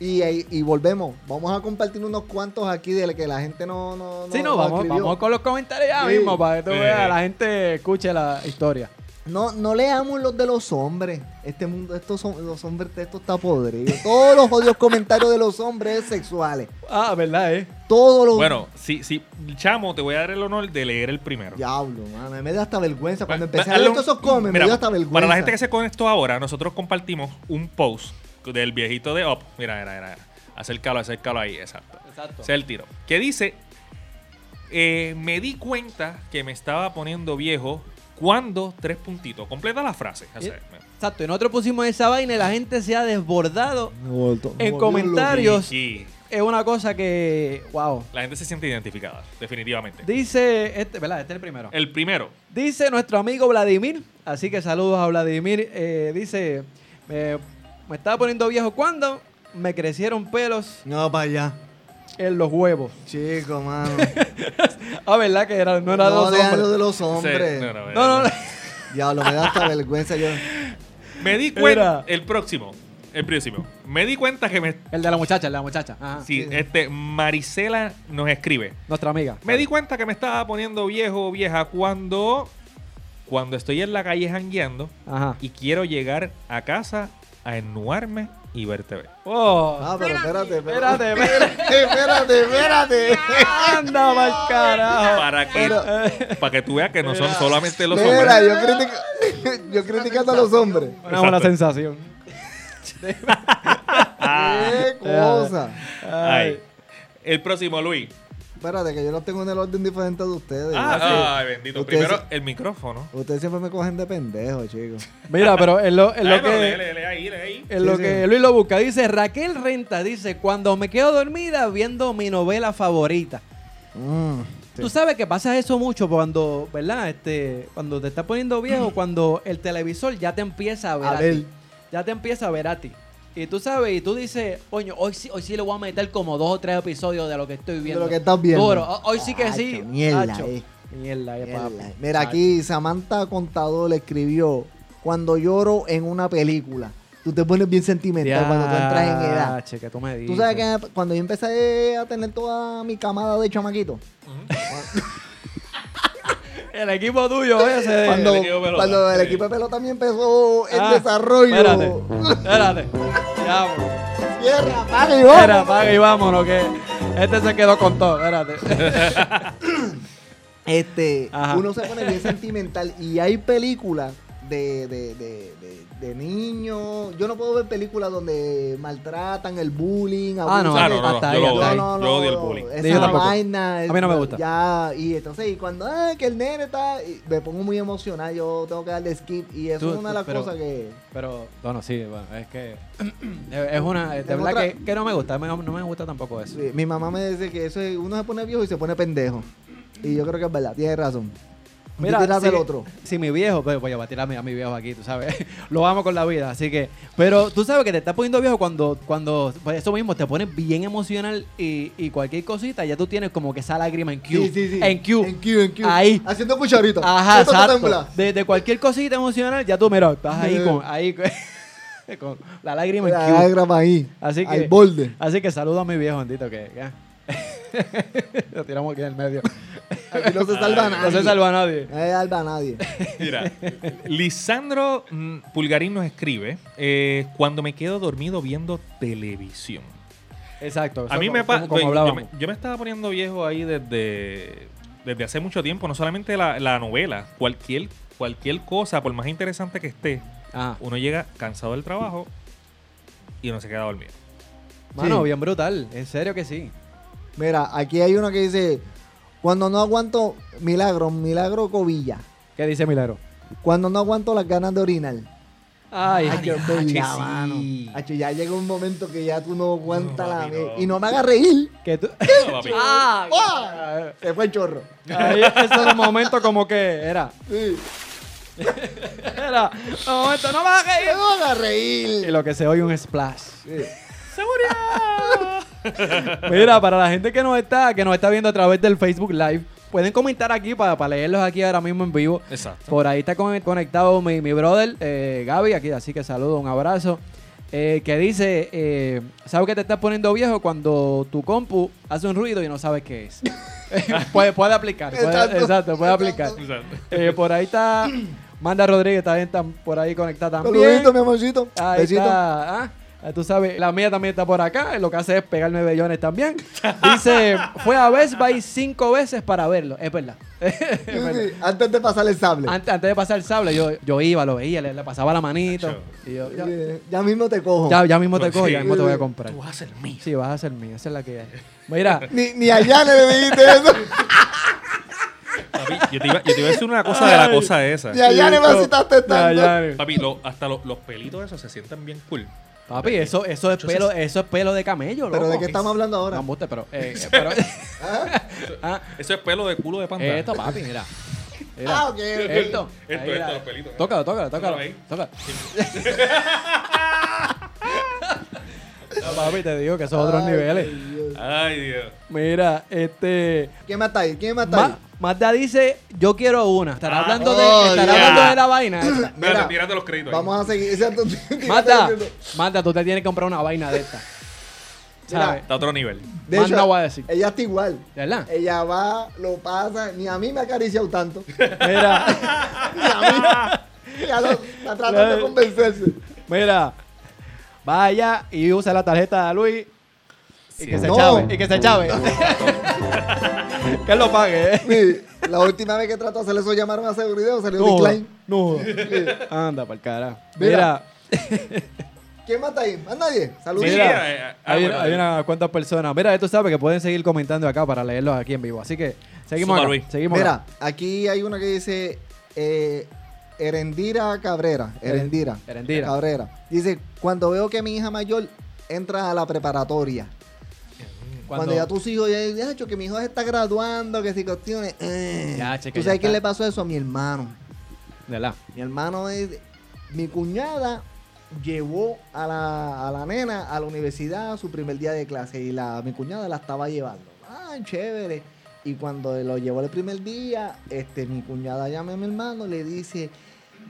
D: Y, y, y volvemos. Vamos a compartir unos cuantos aquí de que la gente no. no, no
E: Sí, no,
D: nos
E: vamos,
D: escribió.
E: vamos con los comentarios ya
D: Sí.
E: mismo para que tú
F: Sí.
E: veas, la gente escuche la historia.
D: No, no leamos los de los hombres. Este mundo, estos son, los hombres, esto está podrido. Todos los odios comentarios de los hombres sexuales.
E: Ah, ¿verdad, eh?
D: Todos los.
F: Bueno, sí, sí, chamo, te voy a dar el honor de leer el primero.
D: Diablo, mano. Me da hasta vergüenza. Cuando
F: Va-
D: empecé
F: va-
D: a leer
F: hazle un-
D: todos esos comments, me
F: mira,
D: dio hasta vergüenza.
F: Para la gente que se conectó ahora, nosotros compartimos un post del viejito de Up. Mira, mira, mira. Acércalo, acércalo ahí, exacto.
E: Exacto.
F: Ese es el tiro. Que dice, eh, me di cuenta que me estaba poniendo viejo cuando tres puntitos. Completa la frase. O sea,
E: Exacto, y nosotros pusimos esa vaina y la gente se ha desbordado. En
D: Como
E: comentarios
F: y- y
E: es una cosa que, wow.
F: la gente se siente identificada, definitivamente.
E: Dice, este, ¿verdad? Este es el primero.
F: El primero.
E: Dice nuestro amigo Vladimir, así que saludos a Vladimir. eh, dice, eh, me estaba poniendo viejo cuando me crecieron pelos
D: No, para allá.
E: en los huevos.
D: Chico, mano.
E: Ah, ¿verdad? Que era, no era
D: no
E: los
D: lean lo
E: hombres.
D: de los
F: Sí,
D: hombres.
F: no, no,
E: No, no, no.
D: Diablo, me da hasta vergüenza. Yo.
F: Me di cuenta.
E: Era.
F: El próximo. El próximo. Me di cuenta que me.
E: El de la muchacha, el de la muchacha. Ajá.
F: Sí, este. Marisela nos escribe.
E: Nuestra amiga.
F: Me di cuenta que me estaba poniendo viejo o vieja cuando. Cuando estoy en la calle jangueando
E: Ajá.
F: y quiero llegar a casa a ennuarme y ver TV.
E: Oh,
D: Ah, pero espérate, espérate.
E: espérate, espérate.
D: Espérate, espérate.
E: Anda mal carajo.
F: Para que, para que tú veas que no son solamente los
D: Mira,
F: hombres.
D: yo, critico- yo criticando a los hombres.
E: Una buena
F: Exacto.
E: sensación.
F: Ah,
D: Qué cosa.
F: Ay. El próximo, Luis.
D: Espérate, que yo los tengo en el orden diferente de ustedes.
F: Ah,
D: Gracias.
F: ay, bendito.
D: Ustedes-
F: Primero el micrófono.
D: Ustedes siempre me cogen de pendejo, chicos.
E: Mira, pero en lo, en lo
F: Ay, pero
E: que.
F: lee, lee, lee ahí, lee ahí.
E: En
D: Sí,
E: lo
D: sí.
E: que Luis lo busca, dice Raquel Renta, dice, cuando me quedo dormida viendo mi novela favorita.
D: Mm, sí.
E: Tú sabes que pasa eso mucho cuando, ¿verdad? Este, cuando te estás poniendo viejo, cuando el televisor ya te empieza a ver
D: A
E: a,
D: ver.
E: ti. Ya te empieza a ver a ti. Y tú sabes, y tú dices, coño, hoy sí, hoy sí le voy a meter como dos o tres episodios de lo que estoy viendo.
D: lo que estás viendo.
E: Duro. Ho- Hoy sí que sí.
D: Chacho, mierda,
E: Chacho.
D: eh.
E: Mierda, eh,
D: Mierda.
E: papi.
D: Mira,
E: Chacho.
D: aquí Samantha Contador escribió: Cuando lloro en una película, tú te pones bien sentimental cuando tú entras en edad.
E: Diache, que tú me
D: Tú
E: dices.
D: sabes que cuando yo empecé a tener toda mi camada de chamaquito,
E: El equipo tuyo ese. de-
D: cuando,
F: equipo de pelota.
D: cuando el
F: Sí.
D: equipo de pelota también empezó el
E: Ah,
D: desarrollo,
E: Espérate. Espérate. Ya, bro.
D: cierra, apaga y vamos.
E: Espera, apaga y vámonos, que este se quedó con todo. Espérate.
D: Este,
E: Ajá.
D: uno se pone bien sentimental y hay películas de, de, de, de, de niños. Yo no puedo ver películas donde maltratan el bullying.
E: Ah, no,
D: abusan
F: Ah,
D: de-
F: no, no, no,
E: hasta
F: yo
E: ahí,
F: lo
E: hasta
F: odio,
E: ahí.
F: yo odio el bullying.
E: Sí, yo
D: Esa
E: tampoco.
D: vaina.
E: A mí no me gusta.
D: Ya, y entonces, y cuando, ah, que el nene está. y me pongo muy emocional, yo tengo que darle skip. Y eso
E: Tú-
D: es una de
E: tú-
D: las
E: pero-
D: cosas que.
E: Pero, bueno, sí, bueno, es que es una, de
D: Es
E: verdad
D: otra-
E: que, que no me gusta, no, no me gusta tampoco eso.
D: sí, mi mamá me dice que eso es, uno se pone viejo y se pone pendejo. Y yo creo que es verdad, tiene razón. Mira, tiras
E: si-
D: del otro.
E: Si mi viejo, pues voy a batir a mi, a mi viejo aquí, tú sabes. Lo amo con la vida, así que. Pero tú sabes que te estás poniendo viejo cuando, cuando pues eso mismo, te pones bien emocional y, y cualquier cosita, ya tú tienes como que esa lágrima en Q.
D: Sí, sí, sí.
E: En Q.
D: En Q, en Q.
E: Ahí.
D: Haciendo cucharita.
E: Ajá,
D: Esto está
E: exacto.
D: temblando.
E: Desde cualquier cosita emocional, ya tú, mira, estás ahí
D: Sí.
E: con, ahí, con- con la lágrima en
D: La
E: Q.
D: lágrima ahí.
E: Así que-
D: Al borde.
E: Así que saludo a mi viejo, bendito, que. que- Lo tiramos aquí en el medio.
D: Aquí no se salva nadie.
E: No se salva nadie.
D: No se salva nadie.
F: Mira, Lisandro mm, Pulgarín nos escribe, eh, cuando me quedo dormido viendo televisión.
E: Pues Exacto.
F: A
E: eso
F: mí
E: como-
F: me pasa,
E: como- como
F: yo,
E: hablábamos.
F: me- yo me estaba poniendo viejo ahí desde, desde hace mucho tiempo, no solamente la, la novela, cualquier, cualquier cosa, por más interesante que esté,
E: Ajá.
F: uno llega cansado del trabajo y uno se queda dormido.
E: Mano,
D: Sí.
E: bien brutal. En serio que sí.
D: Mira, aquí hay uno que dice: Cuando no aguanto, milagro, milagro cobilla.
E: ¿Qué dice Milagro?
D: Cuando no aguanto las ganas de orinar.
E: Ay,
D: Ay, qué
E: Dios,
D: verdad,
E: sí.
D: mano. Acho, ya llega un momento que ya tú no aguantas
F: No,
D: la.
F: papi, no.
D: Y no me hagas reír.
E: Que tú-
F: No, papi.
E: Ah,
D: ¡Ah! Se fue el chorro.
E: Ahí es el momento como que era.
D: Sí.
E: Era. un momento, no me vas a
D: ¡No
E: reír.
D: me hagas
E: Y
D: reír!
E: lo que se oye un splash.
D: Sí.
E: Mira, para la gente que nos está, que nos está viendo a través del Facebook Live, pueden comentar aquí para, para leerlos aquí ahora mismo en vivo.
F: Exacto.
E: Por ahí está con- conectado mi, mi brother, eh, Gaby, aquí, así que saludo, un abrazo. eh, que dice, eh, ¿sabes que te estás poniendo viejo cuando tu compu hace un ruido y no sabes qué es? Eh, puede, puede aplicar, puede-
D: Exacto.
E: exacto, puede aplicar.
F: Exacto.
E: Eh, por ahí está Manda Rodríguez, también está por ahí conectada también.
D: Saludito, mi amorcito.
E: Ahí
D: Besito.
E: está. ah, ya Tú sabes, la mía también está por acá. Lo que hace es pegarme bellones también. Dice, fue a Best Buy cinco veces para verlo. Es verdad. Es
D: Sí,
E: verdad.
D: sí, Antes de pasar el sable.
E: Antes, antes de pasar el sable, yo, yo iba, lo veía, le, le pasaba la manito.
F: Nacho.
E: Y yo, ya,
D: Eh, Ya mismo te cojo.
E: ya- ya mismo te cojo, ya
F: Sí.
E: mismo te voy a comprar.
F: Tú vas a ser mío.
E: Sí, vas a ser mía, esa es la que es. Mira,
D: Ni, ni allá le dijiste eso.
F: Papi, yo, te iba, yo te iba a decir una cosa de la cosa esa.
D: Ni allá le vaciaste
E: ya,
D: tanto.
E: ya.
F: Papi, lo- hasta lo- los pelitos esos se sientan bien cool.
E: papi, eso, eso, es pelo, eso es pelo de camello,
D: Pero de
E: loco.
D: qué estamos hablando
E: No,
D: ahora.
E: embuste, pero, eh, eh, pero- Ah,
F: Eso es pelo de culo de panda.
E: esto, papi, mira. Mira.
D: Ah, ok, ok.
E: Esto,
F: Esto,
E: ahí,
F: esto,
E: ahí.
F: los pelitos.
E: Tócalo, tócalo,
F: Tócalo
E: tócalo.
F: ahí.
E: tócalo. No, papi, te digo que esos otros
D: Ay,
E: niveles.
D: Dios.
F: Ay, Dios.
E: Mira, este.
D: ¿Quién mata ahí? ¿Quién mata ahí?
E: Ma- Magda dice, yo quiero una. Estará
F: Ah,
E: hablando de,
D: oh,
F: ya.
E: estará hablando de la vaina.
D: Mira,
F: Espérate, tírate los créditos. ahí.
D: Vamos a seguir. Exacto.
E: Magda, Magda, tú te tienes que comprar una vaina de esta.
D: Mira,
E: ¿Sabes?
F: Está a otro nivel.
D: De
E: Más
D: hecho,
E: no voy a decir.
D: Ella está igual.
E: ¿De verdad?
D: Ella va, lo pasa. Ni a mí me ha acariciado tanto.
E: Mira,
D: Ni a mí. Ya lo, está tratando de convencerse.
E: mira. Vaya y usa la tarjeta de Luis. Y que se
D: No.
E: chave. Y que se chave. que él lo pague, eh.
D: Sí, la última vez que trató de hacer eso llamaron a seguridad o salió decline.
E: no. Anda, para el cara. Mira,
D: Mira. ¿Quién mata ahí? ¿Más nadie? Saludos.
E: mira.
F: eh, eh, ah,
E: hay,
F: bueno,
E: hay
F: dale.
E: unas cuantas personas. Mira, esto sabe que pueden seguir comentando acá para leerlos aquí en vivo. Así que
F: Zumba,
E: seguimos. acá,
F: Luis.
E: seguimos. acá.
D: Mira, aquí hay una que dice eh, Erendira Cabrera. Erendira.
E: Er- Erendira.
D: Cabrera. Dice, cuando veo que mi hija mayor entra a la preparatoria. Cuando, ya tus hijos ya dicen, "Acho, que mi hijo se está graduando, que si cuestiones. eh".
E: Ya, che, que
D: ¿Tú
E: ya
D: sabes quién
E: está.
D: le pasó eso? A mi hermano.
E: De la.
D: Mi hermano es. Mi cuñada llevó a la, a la nena a la universidad su primer día de clase y la, mi cuñada la estaba llevando. Ah, chévere. Y cuando lo llevó el primer día, este, mi cuñada llama a mi hermano y le dice: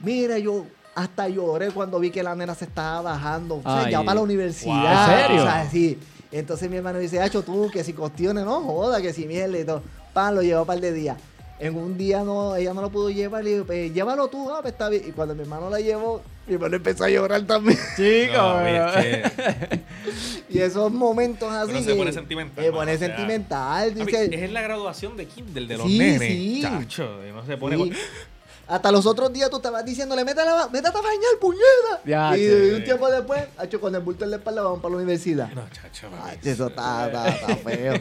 D: Mira, yo hasta lloré cuando vi que la nena se estaba bajando. O sea,
E: Ay.
D: ya para la universidad.
E: Wow. ¿En serio?
D: O sea, sí. Entonces mi hermano dice: Hacho, tú, que si cuestiones, no joda, que si mierda y todo. Pan, lo llevó un par de días. En un día no, ella no lo pudo llevar. Le digo, "Pues, llévalo tú, ah, pues está bien. Y cuando mi hermano la llevó, mi hermano empezó a llorar también.
E: Chicos.
F: No, oye, es que-
D: Y esos momentos así.
F: Uno se pone sentimental,
D: Se
F: mano,
D: pone
F: o sea.
D: sentimental.
F: Papi,
D: Dice,
F: es la graduación de Kindle de los
D: Sí,
F: nenes.
D: sí.
F: Chacho, y no se pone.
D: Sí.
F: con-
D: Hasta los otros días tú estabas diciéndole, métete a, la- métete a bañar, puñeta.
E: Ya,
D: y,
E: che.
D: y un tiempo después, hecho con el bulto en la espalda, vamos para la universidad.
F: No, chacho.
D: Ay, eso está, está- está feo.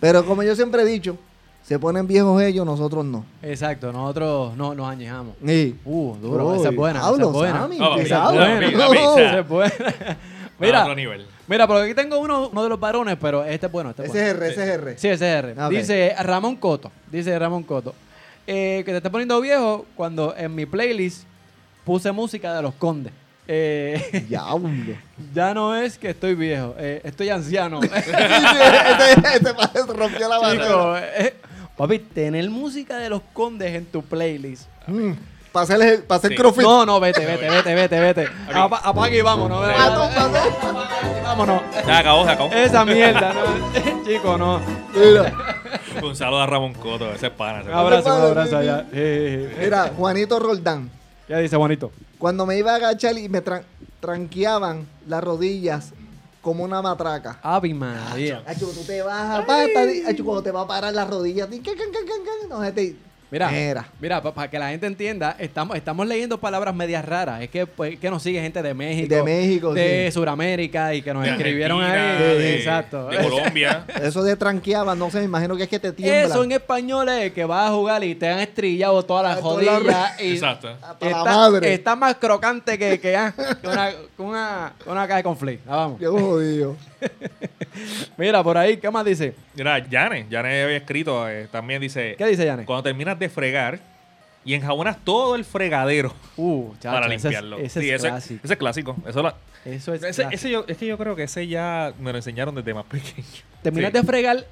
D: Pero como yo siempre he dicho, se ponen viejos ellos, nosotros no.
E: Exacto, nosotros no, nos añejamos.
D: Y,
E: Uh, duro. esa es buena. esa
D: Hablo,
E: es buena.
D: Sammy,
F: Ah,
D: pesado.
E: papi, papi,
D: No.
F: papi, o sea,
E: Esa es buena. Mira,
F: Otro nivel.
E: mira, por aquí tengo uno, uno de los varones, pero este es bueno. Este es bueno.
D: Ese es R, ese es R.
E: Sí, ese es R.
D: Ok.
E: Dice Ramón Coto. Dice Ramón Coto. eh, que te estás poniendo viejo cuando en mi playlist puse música de los condes. Eh,
D: Diablo.
E: ya no es que estoy viejo, eh, estoy anciano.
D: Sí, sí, ese, ese padre rompió la barrera.
E: Chico, eh, papi, tener música de los condes en tu playlist.
D: Mm, Para hacer, el- para hacer
F: Sí.
D: crossfit.
E: No, no, vete, vete, vete, vete, vete. Apa- apaga y vámonos. vete,
D: Ah, no,
E: vete.
D: para hacer-
E: Apaga y vámonos.
F: Se acabó, se acabó.
E: Esa mierda, no. Chico, no.
D: Mira,
F: Un saludo a Ramón Coto, ese es pana. ese
E: Un
F: es pana.
E: abrazo, un abrazo allá. Eh, eh, eh.
D: mira, Juanito Roldán.
E: Ya dice, bonito.
D: Cuando me iba a agachar y me tran- tranqueaban las rodillas como una matraca.
E: Ave María.
D: Acho, tú te vas a pata, di- acho, cuando te va a parar las rodillas, di, can, can, can, can, can, no, este, se te-
E: Mira, mira, para que la gente entienda, estamos, estamos leyendo palabras medias raras. Es que, pues, que nos sigue gente de México.
D: De México,
E: De
D: sí.
E: Sudamérica y que nos
F: De
E: escribieron
F: Argentina,
E: ahí.
F: de-
E: Exacto.
F: De Colombia.
D: Eso de tranqueaban, no sé, me imagino que es que te tiembla.
E: Eso en español es que vas a jugar y te han estrellado todas las
D: Ah, todas las
E: rodillas. y
F: Exacto.
D: Ah, pa' la
E: Está,
D: madre.
E: está más crocante que, que, ah, que una, que una, que una caja de conflicto. vamos.
D: Yo jodido.
E: Mira, por ahí, ¿qué más dice?
F: Mira, Yane, Yane había escrito, eh, también dice,
E: ¿Qué dice Janet?
F: cuando terminas de fregar y enjabonas todo el fregadero
E: Uh, chacho,
F: para
E: ese es-
F: limpiarlo.
E: Ese es,
F: Sí, ese,
E: clásico.
F: ese es clásico. Eso la-
E: Eso es
F: ese-
E: clásico.
F: ese yo- es que yo creo que ese ya me lo enseñaron desde más pequeño.
E: Terminas
F: Sí.
E: de fregar,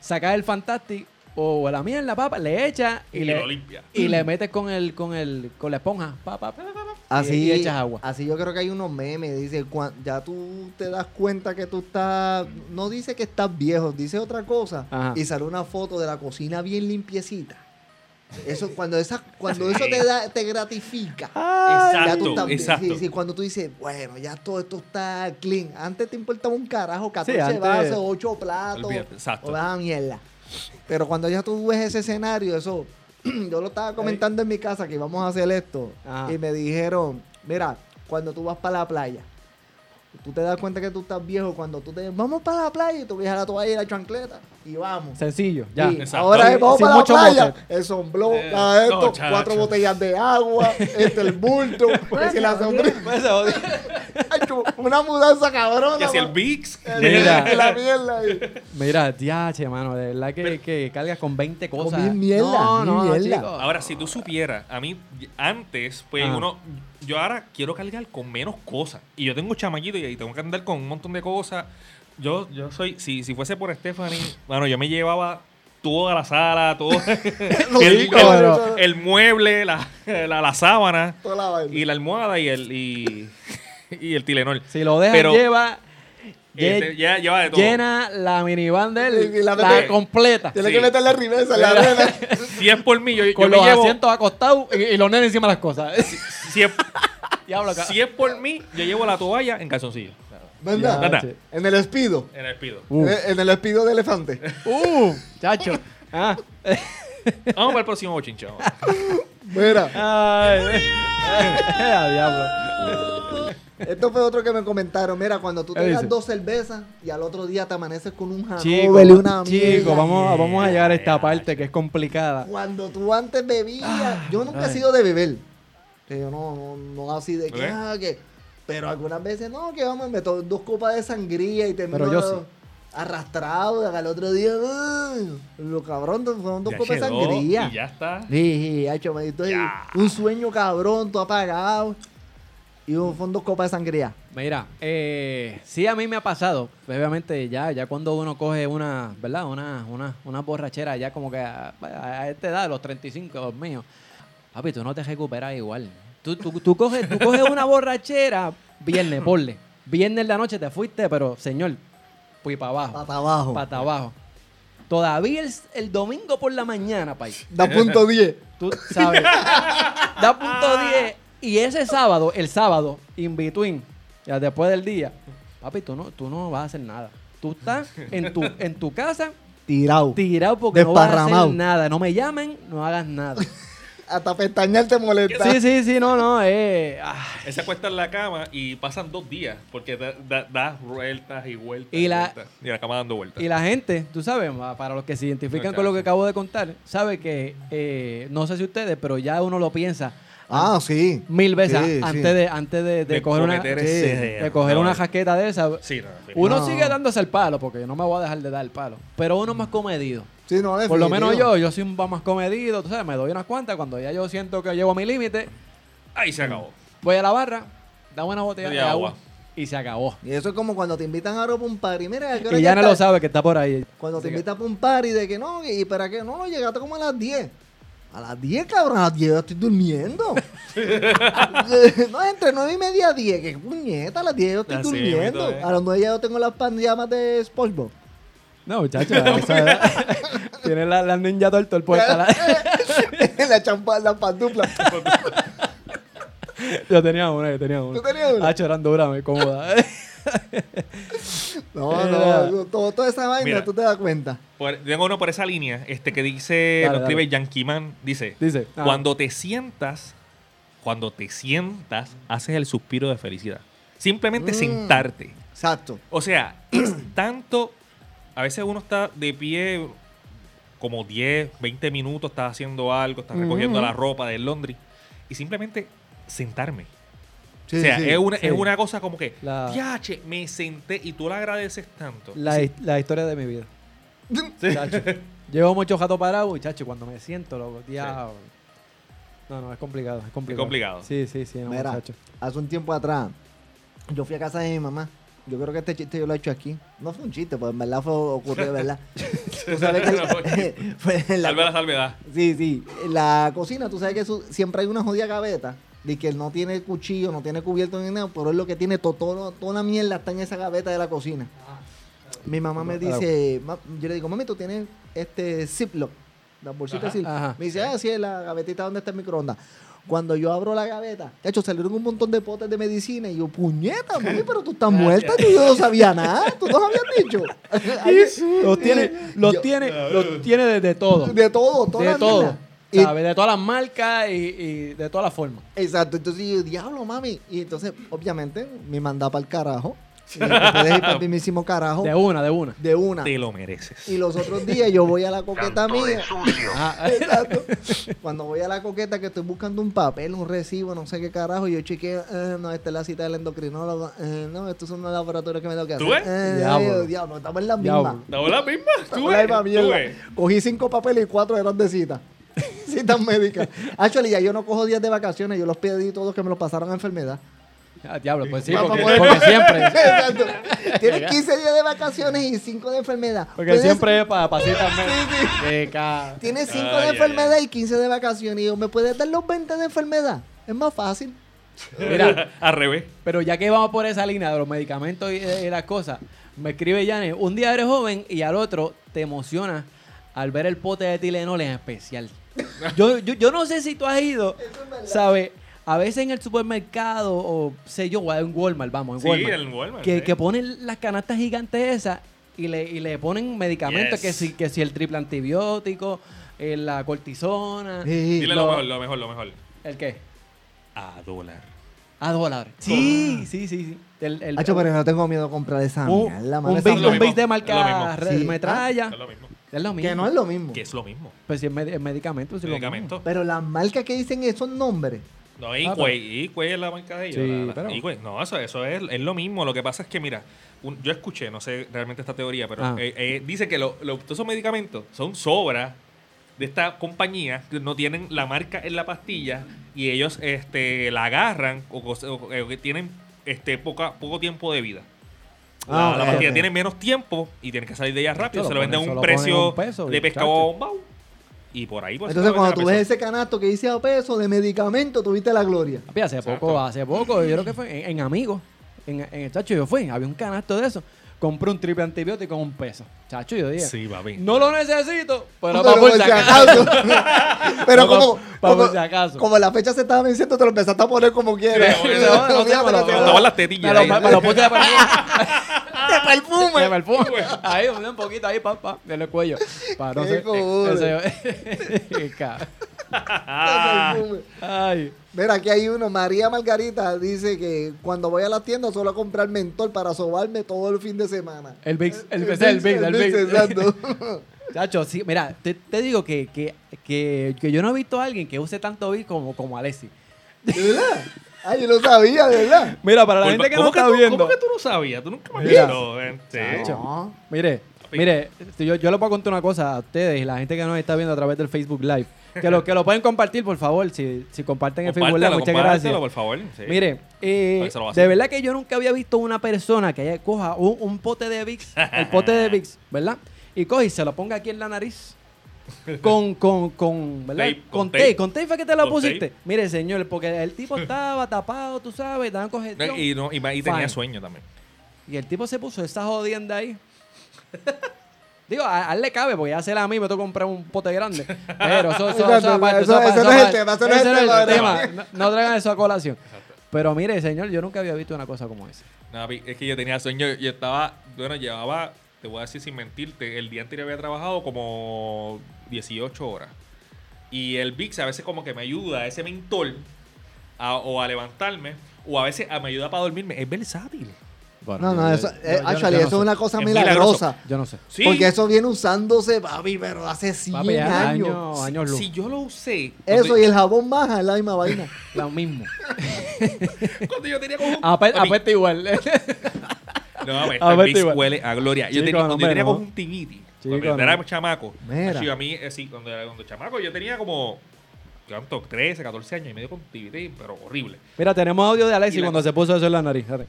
E: sacas el Fantastic o la mía en la papa, le echas y,
F: Y
E: le,
F: lo limpia.
E: y le metes con el con el con la esponja, pa, pa, pa, pa, pa, y-
D: Así,
E: y echas agua.
D: así yo creo que hay unos memes, dice, cuan- ya tú te das cuenta que tú estás, no dice que estás viejo, dice otra cosa
E: Ajá.
D: y sale una foto de la cocina bien limpiecita. Eso cuando esa cuando
F: Sí.
D: eso te da te gratifica. Ya tú
F: Exacto,
D: estás-
F: exacto.
D: sí, sí, cuando tú dices, bueno, ya todo esto está clean. Antes te importaba un carajo, 14
E: Sí, antes-
D: vasos, 8 platos.
F: Olvídate, exacto.
D: O la mierda. Pero cuando ya tú ves ese escenario, eso. yo lo estaba comentando en mi casa que íbamos a hacer esto.
E: Ajá.
D: Y me dijeron, mira, cuando tú vas para la playa. Tú te das cuenta que tú estás viejo cuando tú te vamos para la playa y tú viejas la toalla y la chancleta y vamos.
E: Sencillo, ya.
D: Sí,
F: Exacto.
D: ahora es, vamos
E: Sin
D: para la
E: mucho
D: playa.
E: bote.
D: El sombró,
F: Eh,
D: la de esto,
F: no, chacho.
D: cuatro botellas de agua, este, el bulto, que si la sombrilla,
E: Pues se jodió.
D: acho, una mudanza cabrona.
F: Que si el
D: man.
F: VIX.
D: El-
E: Mira.
D: y la mierda. ahí.
E: Mira, diache, mano, de verdad que, que cargas con 20 cosas.
D: mil mierda,
E: no,
D: mil
E: no,
D: mierda.
E: chico.
F: Ahora, si tú supieras, a mí y- antes, pues
E: Ah.
F: uno, yo ahora quiero cargar con menos cosas. Y yo tengo un chamaquito y ahí tengo que andar con un montón de cosas. Yo, yo soy, si, si fuese por Stephanie, bueno, yo me llevaba toda la sala, todo
D: Lo
F: el,
D: digo,
F: el-
D: pero-
F: el mueble, la, la, la sábana
D: Toda la vaina.
F: y la almohada y el y, y el Tilenol.
E: Si lo dejas,
F: Pero-
E: lleva.
F: Este,
E: lle-
F: ya lleva de todo.
E: llena la minivan de él,
D: Y la
E: la,
D: mete-
E: completa.
D: Tiene
F: Sí.
D: que meter la reversa en la
E: Mira.
D: arena.
F: Si es por mí, yo, yo
E: Con
F: me
E: los
F: llevo.
E: asientos acostados y, y los nenes encima de las cosas.
F: Si es,
E: Diablo, ca-
F: si es por mí, yo llevo la toalla en calzoncillo.
D: ¿Verdad?
E: Ya,
F: Anda.
E: che.
D: En el espido.
F: En el pido.
E: Uh.
D: En el- En el espido de elefante.
E: Uh, chacho. Ah.
F: Vamos para el próximo bochinche. vamos.
D: Mira,
E: Ay, ah, diablo.
D: esto fue otro que me comentaron. Mira, cuando tú
E: ¿Qué
D: te das
E: dice?
D: dos cervezas y al otro día te amaneces con un hangover
E: Chico,
D: y una
E: chico
D: mierda.
E: vamos, a- vamos a llegar a esta parte que es complicada.
D: Cuando tú antes bebías,
F: Ah,
D: yo nunca he sido de beber. Que yo no, no, no así de que,
F: Ok.
D: ah, que- Pero algunas veces, no, que vamos, me tomo dos copas de sangría y termino
E: Pero yo sí.
D: arrastrado. y al otro día, ¡ay! lo cabrón, fueron dos
F: Ya
D: copas de
F: llegó
D: sangría.
F: Y ya está.
D: Sí, sí, hacho, me estoy-
F: Ya.
D: un sueño cabrón, todo apagado. Y un fondo copa de sangría.
E: Mira, eh, sí a mí me ha pasado. Obviamente ya, ya cuando uno coge una, ¿verdad? Una, una, una borrachera ya como que a, a- a esta edad, los 35, los míos. Papi, tú no te recuperas igual. Tú, tú, tú coges, tú coges una borrachera viernes, porle. Viernes en la noche te fuiste, pero señor, fui para abajo.
D: Pata abajo.
E: Pata abajo. Todavía el, el domingo por la mañana, pay.
D: Da punto 10.
E: Tú sabes. da punto 10. Y ese sábado, el sábado, in between, ya después del día, papi, tú no, tú no vas a hacer nada. Tú estás en tu, en tu casa
D: Tirado.
E: tirado porque no vas a hacer
D: Desparramado.
E: nada. No me llamen, no hagas nada.
D: hasta pestañear te molesta.
E: Sí, sí, sí, no, no. Eh, ah.
F: Él se acuesta en la cama y pasan dos días porque da, da- da vueltas y vueltas.
E: Y la-
F: vueltas. y la cama dando vueltas.
E: Y la gente, tú sabes, ma- para los que se identifican con lo que acabo de contar, sabe que, eh, no sé si ustedes, pero ya uno lo piensa
D: Ah, sí.
E: mil veces
D: Sí, sí.
E: antes de antes de, de
F: De
E: coger una
F: cometer
E: sí,
F: ese
E: de
F: error.
E: coger una
F: No.
E: jaqueta de esa.
F: Sí, no, no,
E: Uno
D: No.
E: sigue dándose el palo, porque yo no me voy a dejar de dar el palo. Pero uno más comedido.
D: Sí, no,
E: Por lo menos yo,
D: definitivo.
E: yo soy un más comedido, tú sabes, me doy unas cuantas. Cuando ya yo siento que llego a mi límite,
F: Ahí se acabó.
E: voy a la barra, dame una botella
F: De
E: de agua.
F: agua.
E: y se acabó.
D: Y eso es como cuando te invitan ahora para un party. Mira, ¿a qué hora
E: Y ya no
D: está?
E: lo sabe que está por ahí.
D: Cuando te
E: Así que-
D: invitan para un party de que no, y para qué no, llegaste como a las 10. A las 10, cabrón, a las 10 yo estoy durmiendo. no, entre 9 y media a 10, que puñeta, a las 10 yo estoy
F: Así mismo,
D: durmiendo.
F: eh.
D: A las 9 ya yo tengo las pandiamas de SpongeBob.
E: No, muchachos, tiene la, la ninja torta el puerta.
D: la champa, la pandupla.
E: Yo tenía una, yo tenía una.
D: ¿Tú tenías una?
E: Ah, chorando dura, me cómoda.
D: No,
E: Era-
D: no, todo, toda esa vaina,
F: Mira.
D: tú te das cuenta.
F: Por- tengo uno por esa línea este que dice,
E: Dale,
F: lo escribe
E: dale.
F: Yankee Man. Dice,
E: Dice, ah.
F: cuando te sientas, cuando te sientas, haces el suspiro de felicidad. Simplemente
D: Mm.
F: sentarte.
D: Exacto.
F: O sea, es tanto. A veces uno está de pie como 10, 20 minutos, está haciendo algo, está recogiendo
E: Ujú.
F: la ropa del laundry. Y simplemente sentarme.
D: Sí,
F: o sea,
D: sí.
F: es, una,
E: sí.
F: es una cosa como que,
E: La-
F: "Diache, me senté y tú la agradeces tanto.
E: La, his- la historia de mi vida. Chacho. Llevo mucho jato parado y, chacho, cuando me siento, loco, diablo. No, no, es complicado, es complicado.
F: complicado.
E: Sí, sí, sí, no,
D: Mira,
E: muchacho.
D: hace un tiempo atrás, yo fui a casa de mi mamá. Yo creo que este chiste yo lo he hecho aquí. No fue un chiste, pues en verdad fue ocurrió, de ¿verdad? Tú sabes que el- fue en la-
F: Salve la salvedad.
D: sí, sí. En la cocina, tú sabes que su- siempre hay una jodida gaveta de que él no tiene cuchillo, no tiene cubierto ni nada, pero es lo que tiene to- todo, toda la mierda está en esa gaveta de la cocina.
E: Ah,
D: Mi mamá me dice, "Ma- yo le digo, mami, tú tienes este Ziploc, la bolsita
F: Ajá,
D: Ziploc.
E: ajá.
D: Me dice, ah, sí, la gavetita donde está el microondas. Cuando yo abro la gaveta, de hecho, salieron un montón de potes de medicina y yo, puñeta, mami, pero tú estás muerta, tú yo no sabía nada, tú no habías dicho.
E: Los tiene, los
D: Yo-
E: tiene, los tiene de, de todo.
D: De todo, toda
E: De
D: la
E: todo.
D: mierda. Y-
E: ¿sabes? De todas las marcas y, y de todas las formas.
D: Exacto, entonces yo, diablo, mami. Y entonces, obviamente, me mandaba para el carajo. Me dije, "Te dejo ir para el mismísimo carajo.
E: De una, de una.
D: De una.
F: Te lo mereces.
D: Y los otros días yo voy a la coqueta
B: Canto de
D: mía.
B: sucio.
E: Ah,
D: Exacto. Cuando voy a la coqueta que estoy buscando un papel, un recibo, no sé qué carajo, yo chequeo, eh, no, esta es la cita del endocrinólogo, eh, no, estos son los laboratorios que me tengo que hacer.
F: ¿Tú ves?
D: Eh,
E: Diablo.
D: yo, diablo, estamos en la
E: Diablo.
D: misma.
F: ¿No la misma? Tú
D: Estamos en
F: ves,
D: la misma
F: tú
D: mierda.
F: ves.
D: Cogí cinco papeles y cuatro eran de cita. Citas médicas. Actually, ya yo no cojo días de vacaciones, yo los pedí todos que me los pasaron a enfermedad.
E: Ah, diablo, pues sí,
D: Vamos
E: porque,
D: a poder-
E: porque siempre.
D: Exacto. Tienes 15 días de vacaciones y 5 de enfermedad.
E: Porque
D: Puedes-
E: siempre es para pasitas. Sí, ca-
D: Tienes 5
F: Ay,
D: de
F: ay,
D: enfermedad y 15 de vacaciones. Y yo, ¿me puedes dar los 20 de enfermedad? Es más fácil.
E: Mira.
F: Al revés.
E: Pero ya que vamos por esa línea de los medicamentos y, eh, y las cosas, me escribe Yanes, un día eres joven y al otro te emocionas al ver el pote de Tilenol en especial. Yo, yo, yo no sé si tú has ido, ¿sabes? A veces en el supermercado o sé yo, o en Walmart, vamos, en
F: Sí,
E: Walmart.
F: en Walmart, eh.
E: Que,
F: sí.
E: que ponen las canastas gigantes esas y le, y le ponen medicamentos,
F: Yes.
E: que, si, que si el triple antibiótico, eh, la cortisona.
D: Sí.
F: Dile
E: lo-
F: lo mejor, lo mejor, lo mejor.
E: ¿El qué? Ah,
F: A dólar.
E: A dólar. Sí, sí, sí, sí. El, el-
D: Hacho, pero yo no tengo miedo a comprar esa
E: un,
D: mierda,
E: un
D: mano, esa
E: bis-
F: Es lo
E: un
D: mierda.
F: mismo,
E: bis de
F: es lo
E: marca
F: mismo. Ah,
E: re-
D: Sí.
E: metralla.
F: Es lo mismo.
E: Es lo mismo.
D: Que no es lo mismo.
F: Que es lo mismo.
E: Pues si es, med- es medicamento. si es lo mismo.
F: Medicamento.
D: Pero las marcas que dicen esos nombres.
F: No,
E: Ah,
F: Iquay, Iquay es la marca de ellos.
E: Sí,
F: la- la-
E: pero-
F: Iquay. No, eso, eso es, es lo mismo. Lo que pasa es que, mira, un- yo escuché, no sé realmente esta teoría, pero
E: Ah.
F: eh, eh, dice que lo- lo- todos esos medicamentos son sobras de esta compañía que no tienen la marca en la pastilla y ellos este, la agarran o, cos- o- o que tienen este, poca, poco tiempo de vida. La,
D: Ah,
F: la
D: ok,
F: pastilla
D: ok.
F: tiene menos tiempo y tienen que salir de ella rápido.
E: Esto
F: Se lo
E: lo
F: venden a
E: ponen-
F: un
E: eso lo
F: precio
E: ponen a un peso,
F: de pescado
E: muchacho.
F: bombao y por ahí. pues, Por eso
D: Entonces,
F: lo venden
D: cuando
F: a
D: tú ves
F: peso.
D: ese canasto que dice a peso de medicamento, tuviste la gloria.
E: Papi, hace poco, hace poco, yo creo que fue en, en Amigos, en, en el Chacho, yo fui, había un canasto de eso. Compré un triple antibiótico a un peso. Chacho, yo dije,
F: Sí, papi.
E: no lo necesito, pero,
D: Pero
E: para por si acaso.
D: Pero
E: No, pa-
D: como,
E: pa' por
D: como-
E: si acaso.
D: como la fecha se estaba venciendo, te lo empezaste a poner como quieras.
F: Sí, porque no, no,
E: no,
D: Fíjate,
E: no,
D: te-
E: no,
F: Estaban las
E: Me
F: tetillas.
E: lo,
F: ahí.
E: me lo puse de perfume.
D: de
E: de
D: perfume.
E: perfume. Ahí, un poquito ahí, papá, en el cuello. Para no
D: Qué
E: ser-
D: cojones.
E: ese- Qué cabrón.
F: Ah.
D: de perfume.
E: Ay.
D: Mira, aquí hay uno. María Margarita dice que cuando voy a las tiendas suelo comprar mentol para sobarme todo el fin de semana.
E: El Vicks, el Vicks, el Vicks, el Vicks.
D: exacto.
E: Chacho, sí, mira, te, te digo que, que, que, que yo no he visto a alguien que use tanto Vicks como, como Alessi.
D: ¿De verdad? Ay, yo lo sabía, ¿de verdad?
E: Mira, para la
F: Culpa-
E: gente que no
F: ¿Cómo
E: está
F: tú-
E: viendo.
F: ¿Cómo que tú no sabías? Tú nunca me has
E: Mira.
F: visto, eh. gente.
E: Chacho. Mire,
F: Papi.
E: mire, este, yo, yo les voy a contar una cosa a ustedes y la gente que nos está viendo a través del Facebook Live. Que lo, que lo pueden compartir, por favor, si, si comparten el Facebook Live.
F: Compártelo,
E: Muchas
F: compártelo,
E: gracias.
F: por favor. sí.
E: Mire, eh,
F: Para que se lo vacilen.
E: de verdad que yo nunca había visto una persona que haya- coja un, un pote de Vicks, el pote de Vicks, ¿verdad? Y coge y se lo ponga aquí en la nariz. Con, con, con, ¿verdad?
F: Tape, con
E: con
F: tape.
E: tape, con tape fue que te lo
F: Con
E: pusiste.
F: tape.
E: Mire, señor, porque el tipo estaba tapado, tú sabes, estaban congestión.
F: No, y, no, y, ma- y
E: Fine.
F: tenía sueño también.
E: Y el tipo se puso esa jodienda ahí. Digo, a, a él le cabe, porque ya se la a mí, me toca comprar un pote grande. Pero eso, eso,
D: Exacto,
E: eso aparte,
D: eso-
E: aparte,
D: eso no es el
E: aparte.
D: tema, eso no es
E: Ese
D: el tema,
E: No, no traigan eso a colación. Pero mire, señor, yo nunca había visto una cosa como esa.
F: No, pi- es que yo tenía sueño. Yo estaba, bueno, llevaba, te voy a decir sin mentirte, el día anterior había trabajado como 18 horas. Y el VIX a veces como que me ayuda, ese mentor, a- o a levantarme, o a veces a- me ayuda para dormirme. Es versátil.
E: Bueno,
D: No, no,
E: yo-
D: eso,
E: yo-
D: eh,
E: yo- yo
D: actually,
E: no
D: eso es
E: sé.
D: una cosa
F: Es
D: milagrosa.
E: Yo no sé.
F: Sí,
D: Porque eso viene usándose, papi, pero hace 100
E: Papi, ya
D: años.
E: años,
F: si,
E: años luz.
F: si yo lo usé.
D: Eso
F: cuando-
D: y el jabón maja es la misma vaina.
E: Lo mismo.
F: Cuando yo tenía como un-
E: Ape-
F: Papi,
E: Apesta igual.
F: No, a ver,
E: A
F: el
E: ver,
F: Vicks
E: tío.
F: huele a gloria. Yo
E: Ah, pues, Chico,
F: tenía, cuando
E: hombre,
F: yo tenía
E: no.
F: como un tinnitus,
E: Chico,
F: cuando era
E: no.
F: chamaco.
D: Mira.
F: así, a mí, eh, sí, cuando era cuando chamaco, yo tenía como, ¿cuánto? 13, 14 años y medio con tinnitus, pero horrible.
E: Mira, tenemos audio de
F: Y
E: Alexi
F: la-
E: cuando se puso eso en la nariz. Dale.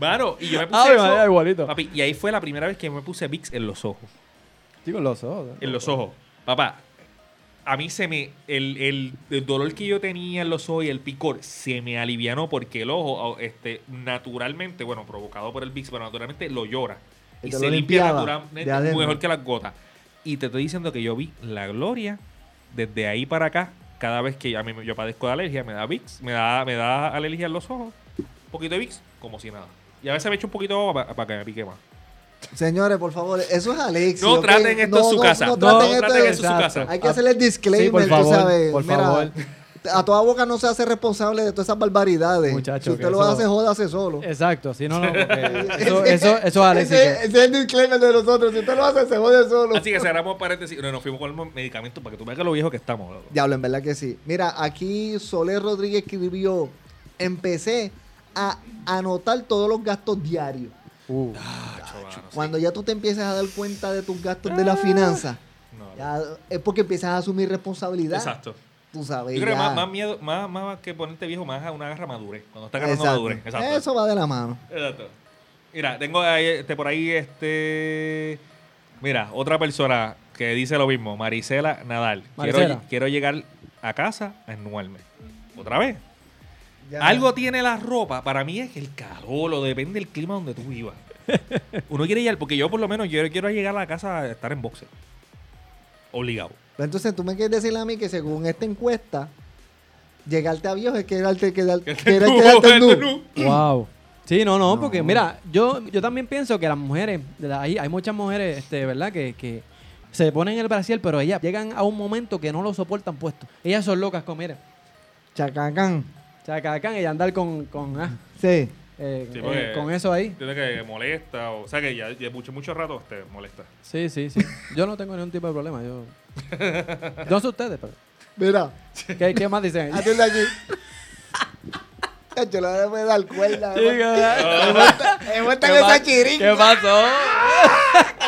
F: Mano, y yo me puse
E: Ave
F: eso,
E: María, Ah, igualito.
F: papi, y ahí fue la primera vez que me puse Vicks en los ojos.
E: Chicos, los ojos.
F: En los ojos. Papá, a mí se me, el, el, el dolor que yo tenía en los ojos y el picor se me alivianó porque el ojo, ah, este, naturalmente, bueno, provocado por el Vicks, pero naturalmente lo llora.
D: Y
F: Y
D: te
F: se
D: lo
F: limpia
D: limpiaba de
F: naturalmente
D: adentro.
F: mejor que las gotas. Y te estoy diciendo que yo vi la gloria desde ahí para acá. Cada vez que a mí me- yo padezco de alergia, me da Vicks, me da, me da alergia en los ojos, un poquito de Vicks, como si nada. Y a veces me echo un poquito de agua para, que me pique más.
D: Señores, por favor, eso es Alexis.
F: No
D: ¿ok?
F: traten esto en su casa.
D: No,
F: No
D: traten esto
F: traten
D: en
F: eso en su casa.
D: Hay que hacerle el disclaimer,
E: Sí, por
D: tú
E: favor,
D: sabes.
E: por
D: Mira,
E: favor.
D: A toda boca no se hace responsable de todas esas barbaridades.
E: Muchacho,
D: si usted
E: que
D: lo
E: eso-
D: hace, jódase solo.
E: Exacto, sí, no, no. porque Eso, eso, eso es Alexi.
D: Ese,
E: que-
D: ese es el disclaimer de nosotros. Si usted lo hace, se jode solo.
F: Así que cerramos paréntesis. No, nos fuimos con el medicamento para que tú veas que lo viejo que estamos. loco.
D: Diablo, en verdad que sí. Mira, aquí Soler Rodríguez escribió: Empecé a anotar todos los gastos diarios.
E: Uh.
F: Chavano, Ah, sí. Ah.
D: Cuando ya tú te empiezas a dar cuenta de tus gastos de la finanza,
F: No,
D: ya eh, es porque empiezas a asumir responsabilidad.
F: Exacto.
D: Tú sabes.
F: Yo creo que
D: ya.
F: más, más miedo, más, más que ponerte viejo, más a una garra madurez. Cuando está agarrando
D: Exacto.
F: madurez. Exacto.
D: Eso va de la mano.
F: Exacto. Mira, tengo ahí, este, por ahí este. Mira, otra persona que dice lo mismo, Marisela Nadal. Quiero,
E: Marisela.
F: quiero llegar a casa a ennuarme. Otra vez.
D: Ya.
F: Algo tiene la ropa. Para mí es el calor, o depende del clima donde tú vivas. Uno quiere llegar, porque yo por lo menos yo quiero llegar a la casa a estar en boxer. Obligado.
D: Pero entonces tú me quieres decir a mí que según esta encuesta, llegarte a viejo es quedarte, quedarte, quedarte, quedarte nu.
E: Wow. Sí, no, no,
D: No.
E: porque mira, yo, yo también pienso que las mujeres, de la- hay, hay muchas mujeres, este, ¿verdad? Que, que se ponen el brasier, pero ellas llegan a un momento que no lo soportan puesto. Ellas son locas con, mire,
D: Chacacán.
E: chacacán, ella andar con, con, ah,
D: Sí.
E: eh,
F: Sí,
E: eh,
F: porque-
E: con eso ahí.
F: Tiene que molesta, o, o sea que ya, ya mucho, mucho rato te molesta.
E: Sí, sí, sí. Yo no tengo ningún tipo de problema. Yo, yo sé ustedes, pero.
D: Mira,
E: ¿Qué, qué más dicen? ahí?
D: atiende aquí. Yo lo voy a dar cuerda.
E: Chica,
D: Me gustan esas
E: pa- ¿Qué
D: chiringas.
E: pasó?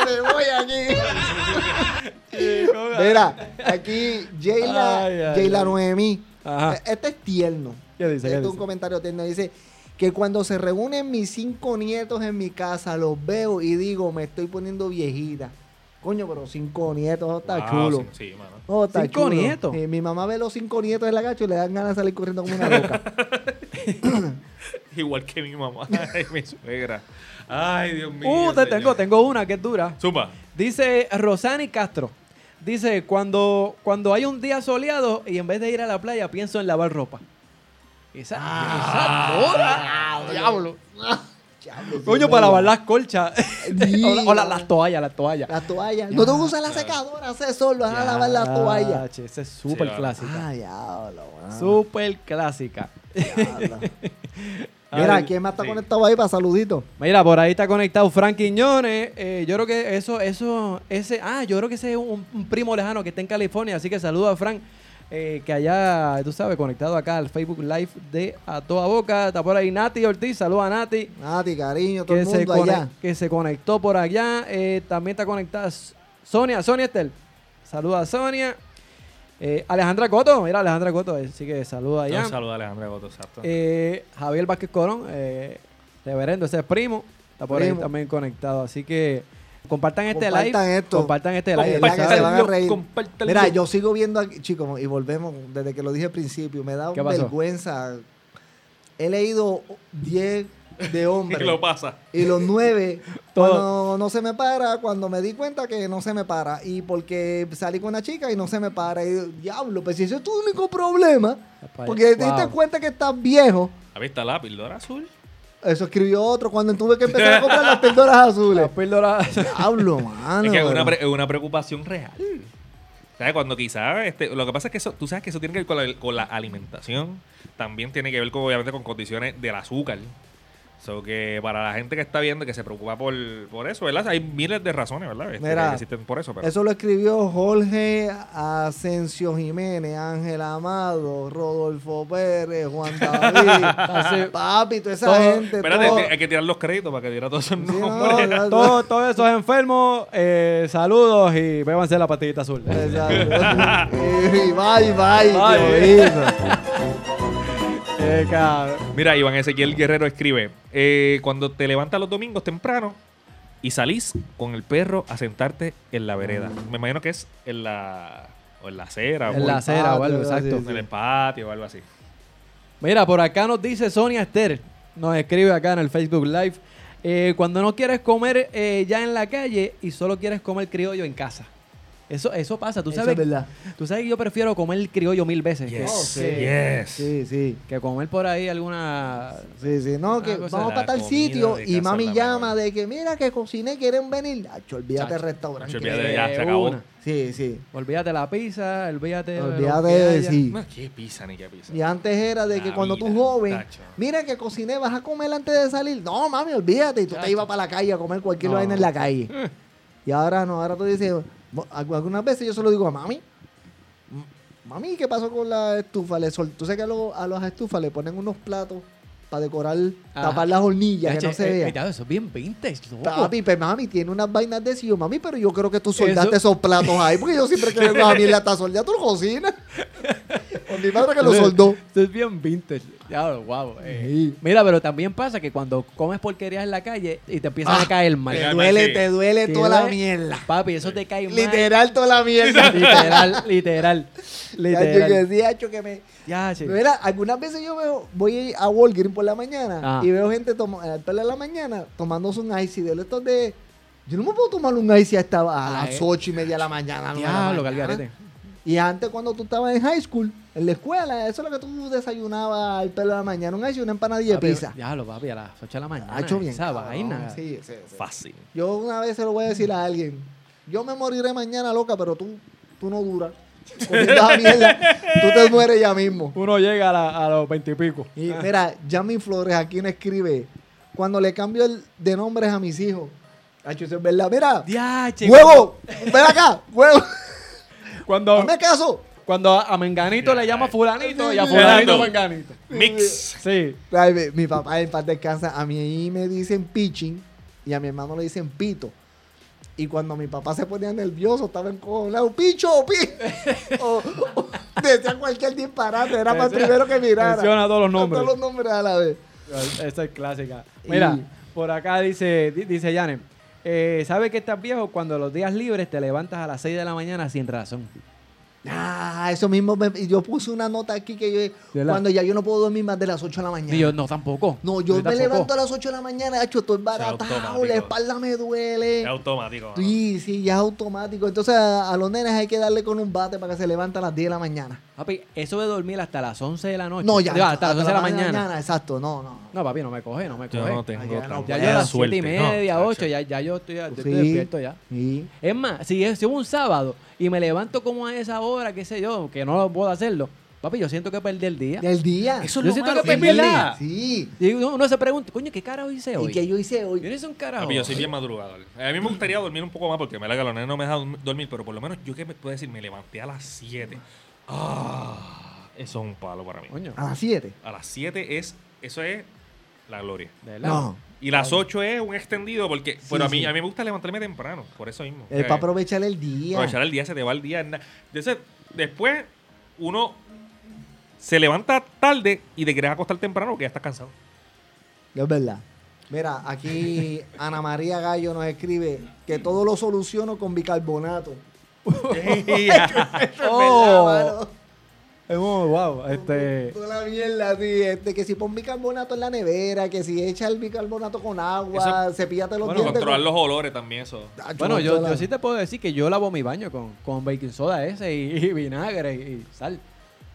D: Me voy aquí.
E: Chico,
D: Mira, aquí
E: Ay,
D: Jayla,
E: ay,
D: Jayla
E: ay.
D: Noemí.
E: Ajá.
D: Eh, Este es tierno.
E: Ah. ¿Qué dice?
D: Este
E: ¿Qué
D: es un
E: dice?
D: comentario tierno. Dice que cuando se reúnen mis cinco nietos en mi casa, los veo y digo, me estoy poniendo viejita. Coño, pero cinco nietos, eso está
F: Ah,
D: chulo.
F: Sí, sí, mano.
D: Eso está
E: ¿Cinco
D: chulo.
E: nietos?
D: Eh, mi mamá ve los cinco nietos de la gacho y le dan ganas de salir corriendo como una loca.
F: Igual que mi mamá y mi suegra. Ay, Dios mío.
E: Uh, te
F: señor.
E: tengo, tengo una que es dura.
F: Zumba.
E: Dice Rosani Castro. Dice, cuando, cuando hay un día soleado y en vez de ir a la playa
D: Ah.
E: pienso en lavar ropa. Esa, esa dura. Diablo.
D: Diablo,
E: Coño,
D: sí,
E: para lavar
D: verdad.
E: las colchas. o la- o la- las toallas, las toallas.
D: Las toallas. No te usas la secadora, haces solo, vas a lavar la toalla.
E: Che, esa es súper
F: Sí,
E: clásica.
D: Ah, diablo, mano,
E: Súper clásica.
D: diablo.
E: Ay,
D: Mira, ¿quién más está
F: sí.
D: conectado ahí para saluditos?
E: Mira, por ahí está conectado Frank Quiñones. Eh, yo creo que eso, eso, ese, ah, yo creo que ese es un, un primo lejano que está en California. Así que saludo a Frank, eh, que allá, tú sabes, conectado acá al Facebook Live de A Toda Boca. Está por ahí Nati Ortiz. Saludo a Nati,
D: Nati, cariño, todo
E: que
D: el
E: se,
D: mundo
E: cone-
D: allá.
E: que se conectó por allá. Eh, también está conectada S- Sonia, Sonia Estel. Saluda a Sonia. Eh, Alejandra Coto, mira Alejandra Coto, eh, así que saluda allá.
F: Un saludo a Alejandra Goto, exacto.
E: Eh, Javier Vázquez Corón, eh, reverendo, ese es primo, está por ahí
D: Primo.
E: también conectado. Así que compartan este
D: Compartan
E: live.
D: esto.
E: Compartan este live.
D: Compartan
E: ¿sabes?
D: que se van a
F: Compártelo,
D: reír.
F: compártelo.
D: Mira, yo sigo viendo aquí, chicos, y volvemos desde que lo dije al principio. Me da
E: ¿Qué pasó?
D: vergüenza. He leído 10 de
F: ¿Qué
D: hombres.
F: lo pasa?
D: Y los nueve,
E: Todo.
D: cuando no se me para, cuando me di cuenta que no se me para, y porque salí con una chica y no se me para, y diablo, pues si ese es tu único problema,
E: Papá,
D: porque te
E: pues, wow.
D: diste cuenta que estás viejo,
F: Ahí está la píldora azul.
D: eso escribió otro cuando tuve que empezar a comprar las píldoras
E: La
D: azules.
E: píldora-
D: Diablo, mano.
F: es que es una,
D: pero-
F: pre- es una preocupación real. ¿Sabes? Cuando quizás. Este, lo que pasa es que eso, tú sabes que eso tiene que ver con la, con la alimentación. También tiene que ver, con, obviamente, con condiciones del azúcar. So que para la gente que está viendo y que se preocupa por, por eso, ¿verdad? Hay miles de razones, ¿verdad? Este,
D: Mira,
F: que existen por eso. Pero
D: Eso lo escribió Jorge Asensio Jiménez, Ángel Amado, Rodolfo Pérez, Juan
E: Así-
D: David, Papi, toda esa
E: Todo-
D: gente.
F: Espérate,
D: todo-
F: hay que- hay que tirar los créditos para que diera todos esos
D: Sí, no,
F: nombres.
D: no, no.
E: Todo- Todos esos enfermos, eh, saludos y bébanse la pastillita azul.
D: Eh, Exacto. Y bye, bye.
E: Bye.
D: qué bonito.
E: Eh, cabrón.
F: Mira, Iván Ezequiel Guerrero escribe: eh, Cuando te levantas los domingos temprano y salís con el perro a sentarte en la vereda. Me imagino que es en la, o en la acera.
E: En
F: o
E: la
F: en-
E: acera o algo,
D: Ah, sí,
E: exacto.
D: sí.
F: en el patio o algo así.
E: Mira, por acá nos dice Sonia Esther, nos escribe acá en el Facebook Live, eh, cuando no quieres comer eh, ya en la calle y solo quieres comer criollo en casa. Eso, eso pasa, tú
D: Eso
E: sabes.
D: es verdad.
E: Tú sabes que yo prefiero comer criollo mil veces que-
F: Yes.
D: Oh, sí.
F: Yes.
D: Sí, sí.
E: que, comer por ahí alguna...
D: Sí, sí. No, que
E: Ah, cosa-
D: vamos
F: La
D: para tal
F: comida
D: sitio
F: de
D: y
F: casa es
D: mami
F: la
D: llama
F: mejor.
D: de que mira que cociné, quieren venir. Nacho, olvídate del restaurante.
F: Nacho, olvídate.
D: que-
F: Ya, se acabó.
E: Una.
D: Sí, sí.
E: Olvídate la pizza, olvídate... de lo
D: Olvídate
E: que
D: de
E: haya.
D: sí.
F: No, qué pizza ni qué pizza.
D: Y antes era de
E: Ah,
D: que
F: La
D: cuando tú
F: vida,
D: joven,
F: Nacho.
D: mira que cociné, vas a comer antes de salir. No, mami, olvídate. Y tú te ibas para la calle a comer cualquier
E: No.
D: vaina en la calle. Y ahora no, ahora tú dices, mo- algu- algunas veces yo se lo digo a mami. "M- Mami, ¿qué pasó con la estufa? Le sol- tú sabes que a, lo- a las estufas le ponen unos platos para decorar,
E: Ajá.
D: tapar las hornillas, que
E: Nacho,
D: no se
E: eh,
D: vea.
E: cuidado, eso es bien vintage, loco.
D: Papi, pues mami, tiene unas vainas de sí. Yo, mami, pero yo creo que tú soldaste
E: Eso-
D: esos platos ahí, porque yo siempre que vengo a mí la taza soldada, tú lo cocinas. Con mi madre que lo soldó.
E: Esto es bien vintage. Ya, guau. eh. Mira, pero también pasa que cuando comes porquerías en la calle y te empiezan a caer mal.
D: Ah, Te
F: Ya,
D: duele,
F: sí.
D: te duele
E: Te
D: toda la
E: duele.
D: mierda.
E: Papi, eso te cae mal.
D: Literal, toda la mierda.
E: literal, literal.
D: Ya, yo
E: Literal.
D: decía, "Acho, que me...
E: Ya, che.
D: Mira, algunas veces yo veo, voy a Walgreens por la mañana
E: Ah.
D: y veo gente tomo- al pelo de la mañana tomándose un icy de estos de. Yo no me puedo tomar un icy hasta a
E: Ah,
D: las
E: eh.
D: ocho y media de la
E: Ah,
D: mañana. nueve de la
E: Diablo,
D: mañana.
E: Calgarete.
D: Y antes, cuando tú estabas en high school, en la escuela, eso es lo que tú desayunabas al pelo de la mañana: un icy y una empanadilla de pizza.
E: Diablo, papi, a las 8 de la mañana.
D: Ha hecho bien.
E: Esa
D: cabrón.
E: vaina.
D: Sí, sí, sí.
F: Fácil.
D: Yo una vez se lo voy a decir a alguien. Yo me moriré mañana, loca, pero tú, tú no duras. Comiendo esa mierda, tú te mueres ya mismo.
E: Uno llega a, la- a los 20 y pico.
D: Y mira, Jamin Flores aquí nos escribe, cuando le cambio el, de nombres a mis hijos, Hacho, eso es verdad, mira,
E: Ya, che.
D: huevo, ven acá, huevo,
E: Cuando,
D: hazme caso.
E: cuando a Menganito le llama Fulanito y a Fulanito Menganito.
F: Mix.
E: Sí.
D: Ay, mi, mi papá en paz descansa, a mí me dicen pitching y a mi hermano le dicen pito. Y cuando mi papá se ponía nervioso, estaba encojonado, picho, pi. o, o decía cualquier disparate, era para el
E: Menciona-
D: primero que mirara.
E: menciona todos los nombres.
D: Todos los nombres a la vez.
E: Esa es clásica. Mira,
D: Y-
E: por acá dice, di- dice Janet. Eh, ¿Sabes que estás viejo cuando los días libres te levantas a las 6 de la mañana sin razón?
D: Ah, eso mismo. me- y yo puse una nota aquí que yo.
E: De la-
D: Cuando ya yo no puedo dormir más de las 8 de la mañana.
E: Y yo, no, tampoco.
D: no, yo me
E: tampoco.
D: levanto a las 8 de la mañana, hecho, estoy
F: automático.
D: baratado, la espalda me duele.
F: Es automático. ¿no?
D: Sí, sí, ya es automático. Entonces a, a los nenes hay que darle con un bate para que se levante a las 10 de la mañana.
E: Papi, eso de dormir hasta las 11 de la noche.
D: No, ya.
E: Digo, hasta las 11 de la
D: hasta
E: mañana.
D: Exacto, no, no.
E: No, papi, no me coge, no me
F: Yo
E: coge.
F: no tengo
D: Ay, ya no,
F: tan
E: Ya yo
D: Vaya
E: a
F: buena
E: las siete y
F: suerte, no,
E: media,
F: chacho.
E: ocho, ya, ya yo estoy, yo estoy
D: Sí.
E: despierto ya.
D: Sí.
E: Es más, si es si hubo un sábado y me levanto como a esa hora, qué sé yo, que no puedo hacerlo, papi, yo siento que perdí el día.
D: Del día.
F: Eso es
E: Yo
F: lo
E: siento
F: malo,
E: que
F: es
E: perdí.
F: verdad.
D: Sí.
E: Y uno, uno se pregunta, coño, ¿qué carajo hice hoy?
D: ¿Y qué yo hice
E: Yo
D: hoy?
E: no hice un carajo.
F: Papi, yo soy bien madrugador. A mí me gustaría dormir un poco más porque me la galonera no me deja dorm- dormir, pero por lo menos yo que me puedo decir, me levanté a las 7. Ah, eso es un palo para mí.
E: Coño,
D: A las 7.
F: A las 7 es, eso es la gloria.
E: de verdad.
D: No.
F: Y las 8 es un extendido porque, pero a mí,
D: sí.
F: a mí me gusta levantarme temprano, por eso mismo.
D: Es
F: Eh,
D: para aprovechar el día.
F: Aprovechar el día, se te va el día. en na- Entonces, después uno se levanta tarde y te quieres acostar temprano porque ya estás cansado.
D: Es verdad. Mira, aquí Ana María Gallo nos escribe que todo lo soluciono con bicarbonato.
E: Oh.
D: ¿Verdad, mano?
E: Es como, wow, este...
D: Toda la mierda, sí, este, que si pon bicarbonato en la nevera, que si echa el bicarbonato con agua, cepillate los
F: Bueno,
D: dientes.
F: controlar los olores también, eso.
D: Ah,
E: Bueno,
D: no
E: yo,
D: sé la-
E: yo sí te puedo decir que yo lavo mi baño con, con baking soda ese y, y vinagre y, y sal.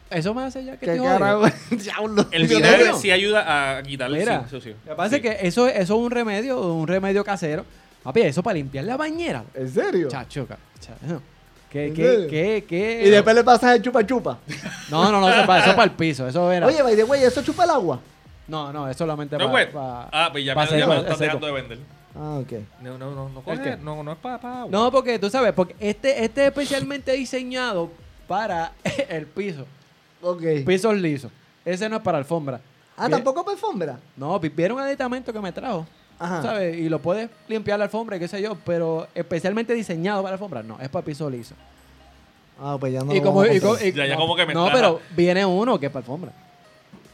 E: Eso me hace ya que
D: ¿Qué
E: estoy jodido.
D: carajo? Diablo.
F: El
E: ¿En serio?
F: vinagre sí ayuda a quitar el
E: Mira,
F: sí, eso sí.
E: lo que pasa
F: Sí.
E: es que eso, eso es un remedio, un remedio casero. Papi, eso para limpiar la bañera.
D: ¿En serio?
E: Chacho, ca- chacho. ¿Qué,
D: ¿En
E: qué,
D: serio?
E: qué, qué?
D: Y después le pasas el chupa chupa.
E: No, no, no, eso es para, eso es para el piso, eso era.
D: Oye, by the way, ¿eso chupa el agua?
E: No, no, es solamente
F: No,
E: para,
F: güey.
E: para-
F: Ah, pues ya
E: para
F: me,
E: hacer-
F: ya me lo
E: para
F: están
E: hacer
F: dejando de vender.
D: Ah, ok.
F: No, no, no, no,
E: ¿El qué?
F: coge, no, no es para, para
E: No, porque tú sabes, porque este, este es especialmente diseñado para el piso,
D: Ok.
E: pisos lisos. Ese no es para alfombra.
D: Ah,
E: Vi-
D: ¿tampoco para alfombra?
E: No, vi- vieron un aditamento que me trajo,
D: Ajá.
E: ¿sabes? Y lo puedes limpiar la alfombra, y qué sé yo, pero especialmente diseñado para alfombra, no, es para piso liso.
D: Ah, pues ya no
E: y
D: lo
E: como,
D: vamos a
E: y co-
D: comprar.
E: y-
F: Ya, ya
E: no,
F: como que me
E: no,
F: está-
E: pero viene uno que es para alfombra.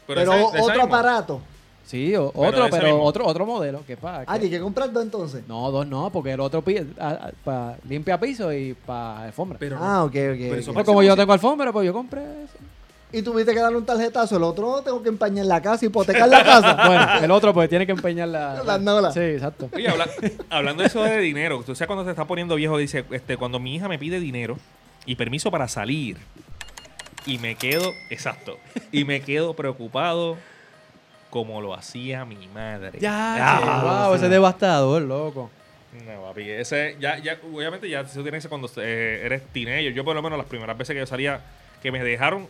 D: Pero
F: esa- esa
D: otro
F: misma.
D: aparato.
E: Sí, o-
F: Pero
E: otro,
F: ese
E: pero
F: mismo.
E: otro, otro modelo que es para.
D: Ah,
E: que-
D: hay que comprar dos entonces.
E: No, dos no, porque el otro pi- a- a- pa- limpia piso y para alfombra.
F: Pero no.
D: Ah, ok, ok.
F: Pero eso
D: ok.
E: Pues como yo no tengo alfombra, pues yo compré eso.
D: Y tuviste que darle un tarjetazo. El otro tengo que empañar la casa, hipotecar la casa.
E: Bueno, el otro pues tiene que empeñar la...
D: Las nolas.
E: Sí, exacto.
F: Oye, habla- hablando de eso de dinero, tú sabes cuando se está poniendo viejo, dice, este, cuando mi hija me pide dinero y permiso para salir, y me quedo, exacto, y me quedo preocupado como lo hacía mi madre.
E: Ya,
F: Ah,
E: wow, ese es devastador, loco.
F: No, papi, ese, ya, ya, obviamente ya eso tiene que ser cuando eh, eres teenager. Yo por lo menos las primeras veces que yo salía, que me dejaron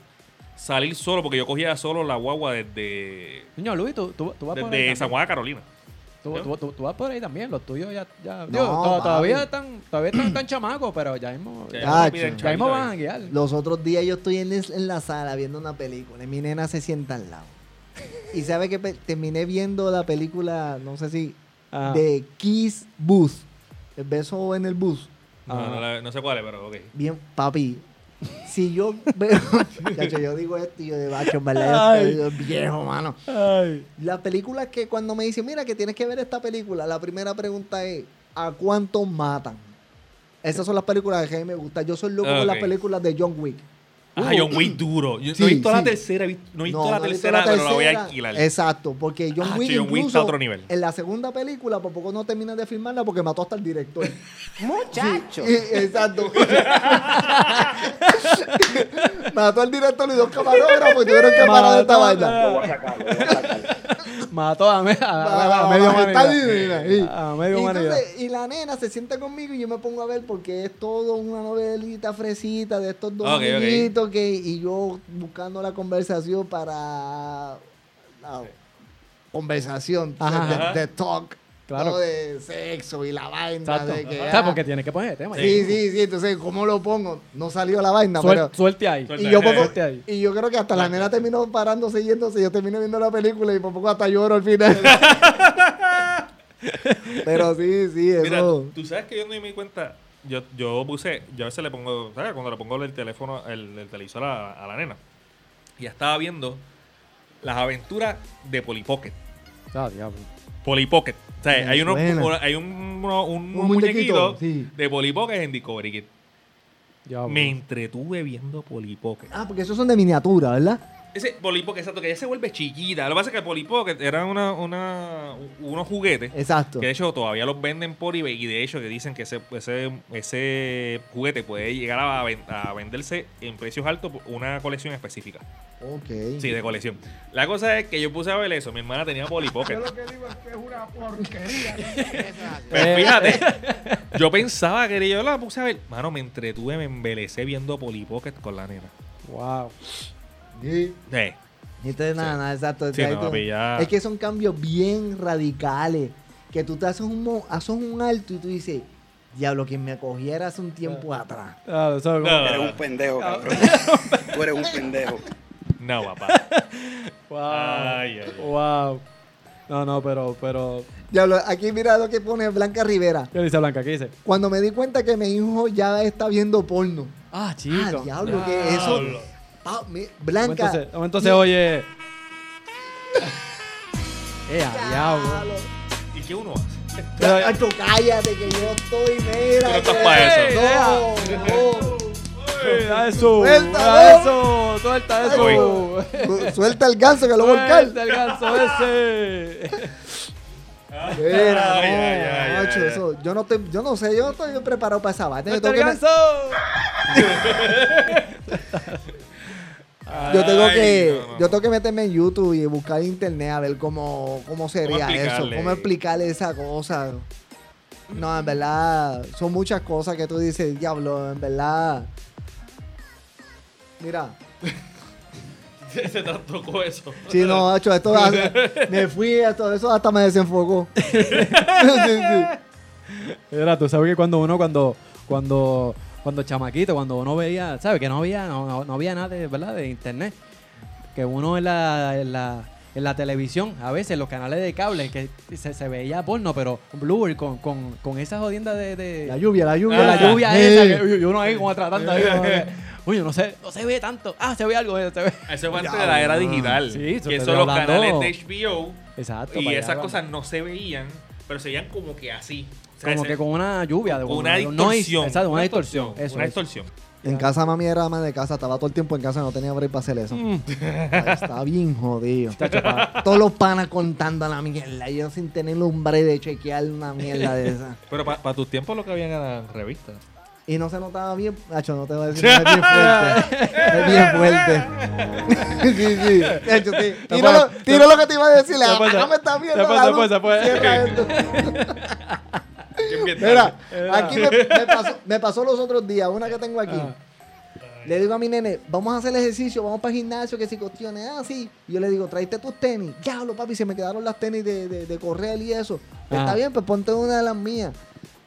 F: salir solo, porque yo cogía solo la guagua desde,
E: Señor Luis, tú, tú, tú vas por ahí
F: desde San
E: también.
F: Juan a Carolina.
E: Tú, tú- tú- tú vas por ahí también, los tuyos ya... ya
D: No,
E: digo, to- todavía
D: papi.
E: están, todavía están tan chamacos, pero ya mismo...
F: Que
E: Ya,
F: Ah, ya me
D: Chacho.
F: piden
E: ya mismo
F: chavito
E: van a
F: ahí.
E: guiar.
D: Los otros días yo estoy en, es- en la sala viendo una película y mi nena se sienta al lado. Y sabe que pe- terminé viendo la película, no sé si,
E: Ah.
D: de Kiss Bus. El beso en el bus.
F: No, no,
E: Ah.
F: la- no sé cuál es, pero ok.
D: Bien, papi. Si yo veo. Chacho, yo digo esto y yo de bacho, en verdad, yo
E: Ay.
D: estoy viejo, mano.
E: Ay.
D: La película que cuando me dicen, mira, que tienes que ver esta película, la primera pregunta es: ¿a cuántos matan? Esas son las películas que a mí me gustan. Yo soy loco
E: Ah,
F: Ok.
D: con las películas de John Wick.
F: Ah, John Wick duro. Yo
D: Sí,
F: no he visto la
D: sí.
F: tercera, he visto- no he visto la
D: he visto
F: tercera,
D: la
F: pero la voy a
D: tercera.
F: alquilar.
D: Exacto, porque John
F: Ah,
D: Wick
F: John Wick
D: incluso
F: está a otro nivel.
D: en la segunda película por poco no terminan de filmarla porque mató hasta el director.
B: Muchacho.
D: Eh, Exacto. mató al director y dos camarógrafos y tuvieron que parar esta
E: Mató-
D: vaina.
E: Mató a, me- a- a- a
D: Ah,
E: medio
D: ah, está divina, sí.
E: humanidad. A medio
D: Y
E: humanidad.
D: entonces, y la nena se sienta conmigo y yo me pongo a ver porque es todo una novelita fresita de estos dos
F: Ok, ok.
D: amiguitos que y yo buscando la conversación para la conversación de-
E: Ajá.
D: de, de talk
E: Claro.
D: ¿no? de sexo y la vaina
E: Exacto.
D: de que
E: O sea,
D: ah,
E: porque tienes que poner el tema.
D: sí, sí, sí, entonces cómo lo pongo no salió la vaina
E: Suel-
D: pero
E: Suelte ahí.
F: Suelte
D: y yo,
F: Suelta-
D: poco-
E: suelte ahí.
D: y yo creo que hasta la nena terminó parándose y yéndose. Yo terminé viendo la película y por poco hasta lloro al final. Pero sí, sí, eso.
F: Mira, tú- tú sabes que yo no me di cuenta. Yo, yo puse, yo a veces le pongo, ¿sabes? Cuando le pongo el teléfono, el, el televisor a, a la nena. Y ya estaba viendo las aventuras de Polly Pocket.
E: Ah, diablo.
F: Polly Pocket. O sea,
D: Me
F: hay, uno,
D: suena.
F: hay un, uno- un-
D: Un
F: un
D: muñequito,
F: muñequito
D: sí. Ah,
F: de Polly Pocket en Discovery Kid.
E: Diablo.
F: Me entretuve viendo Polipocket.
D: Ah, porque esos son de miniatura, ¿verdad?
F: Ese Polipocket, exacto, que ya se vuelve chiquita. Lo que pasa es que Polipocket eran una, una, unos juguetes.
D: Exacto.
F: Que de hecho todavía los venden por eBay y de hecho que dicen que ese, ese, ese juguete puede llegar a, ven- a venderse en precios altos por una colección específica.
D: Ok.
F: Sí, de colección. La cosa es que yo puse a ver eso. Mi hermana tenía Polipocket.
B: Yo lo que digo es que es una porquería.
F: Pues fíjate, yo pensaba que era- yo la puse a ver. Mano, me entretuve, me embelecé viendo Polipocket con la nena.
E: Wow.
D: Sí.
F: Eh,
D: Ni te- nada, nada, exacto.
F: Sí,
D: Ahí
F: no,
D: tú-
F: papi, ya.
D: Es que son cambios bien radicales. Que tú te haces un, mo- haces un alto y tú dices, diablo, quien me cogiera hace un tiempo atrás.
E: Ah, ¿sabes cómo? Ah,
F: No.
G: Tú eres un pendejo, cabrón. Tú eres un pendejo.
F: no, papá.
E: Wow.
F: Ay, ay, ay.
E: Wow. No, no, pero, pero.
D: Diablo, aquí mira lo que pone Blanca Rivera.
E: ¿Qué dice Blanca? ¿Qué dice?
D: Cuando me di cuenta que mi hijo ya está viendo porno.
E: Ah, chico.
D: Ah, diablo, que eso.
F: Diablo.
D: Ah, mi-
E: Un
D: Blanca.
E: momento se- un momento se oye. Eh, a diablo.
D: Diablo.
F: ¿Y qué uno hace?
E: Pero-
D: Chacho, cállate, que yo estoy, mira.
F: no estás
D: que-
F: pa'
D: No,
E: Eh, da eso.
D: Suelta,
E: da
D: eh.
E: eso. Suelta eso.
D: no. Suelta el ganso que lo voy a
E: Suelta
D: volcar.
E: el ganso ese.
F: Ay,
D: Mira, no,
F: ay, ay, ay,
D: macho,
F: ay.
D: eso- Yo no estoy, yo no sé, yo no estoy preparado para esa vaina. Yo
E: Suelta el
D: tengo que, me-
E: ganso.
D: yo tengo
F: Ay,
D: que,
F: no, no,
D: yo
F: no.
D: tengo que meterme en YouTube y buscar en internet a ver cómo, cómo sería eso,
F: explicarle.
D: cómo explicarle esa cosa. No, en verdad, son muchas cosas que tú dices, diablo, en verdad. Mira,
F: Se trastocó eso.
D: Sí, no, macho, esto hace- me fui, esto, eso hasta me desenfocó. Sí, sí.
E: Era, tú sabes que cuando uno, cuando, cuando, cuando chamaquito, cuando uno veía, ¿sabes? Que no había, no, no- no había nada de, ¿verdad? De internet. Que uno en la, en la, en la televisión, a veces, los canales de cable, que se, se veía porno, pero blur con, con, con esa jodienda de... de-
D: La lluvia, la lluvia.
E: con la
F: Ah,
E: lluvia
D: Sí.
E: esa, que uy, uy, uno ahí como tratando ahí, como que, Uy, no se, no se ve tanto. Ah, se ve algo, eh, se ve.
F: Eso fue antes de la era digital.
E: Sí, eso
F: que
E: te
F: son
E: estoy
F: los
E: hablando.
F: canales de HBO.
E: Exacto.
F: Y
E: para allá
F: esas
E: va.
F: cosas no se veían, pero se veían como que así. O sea,
E: Como
F: se-
E: que con una lluvia. de-
F: con una
E: noise,
F: distorsión.
E: exacto, una distorsión. Eso,
F: Una
E: eso.
F: distorsión.
D: En casa mami era ama de casa, estaba todo el tiempo en casa, no tenía break para hacer eso. Está bien jodido.
E: Chacho, pa-
D: Todos los panas contando la mierda, y yo sin tener lumbre de chequear una mierda de esa.
F: Pero para tus tiempos lo que habían eran revistas.
D: Y no se notaba bien, Nacho, no te voy a decir, es bien fuerte. Es bien fuerte. sí, sí. Nacho, sí. Tira, lo, tira lo que te iba a decir,
E: Se fue, se-
D: no me estás viendo.
E: se fue,
D: la
E: se
D: luz.
E: fue, se fue.
D: Cierra esto. Mira, aquí me, me pasó, me pasó los otros días, una que tengo aquí. Le digo a mi nene, vamos a hacer el ejercicio, vamos para el gimnasio, que si cuestiones, ah, sí. Y yo le digo, traiste tus tenis. Diablo, papi, se me quedaron las tenis de, de, de correr y eso. Está
E: Ah.
D: bien, pues ponte una de las mías.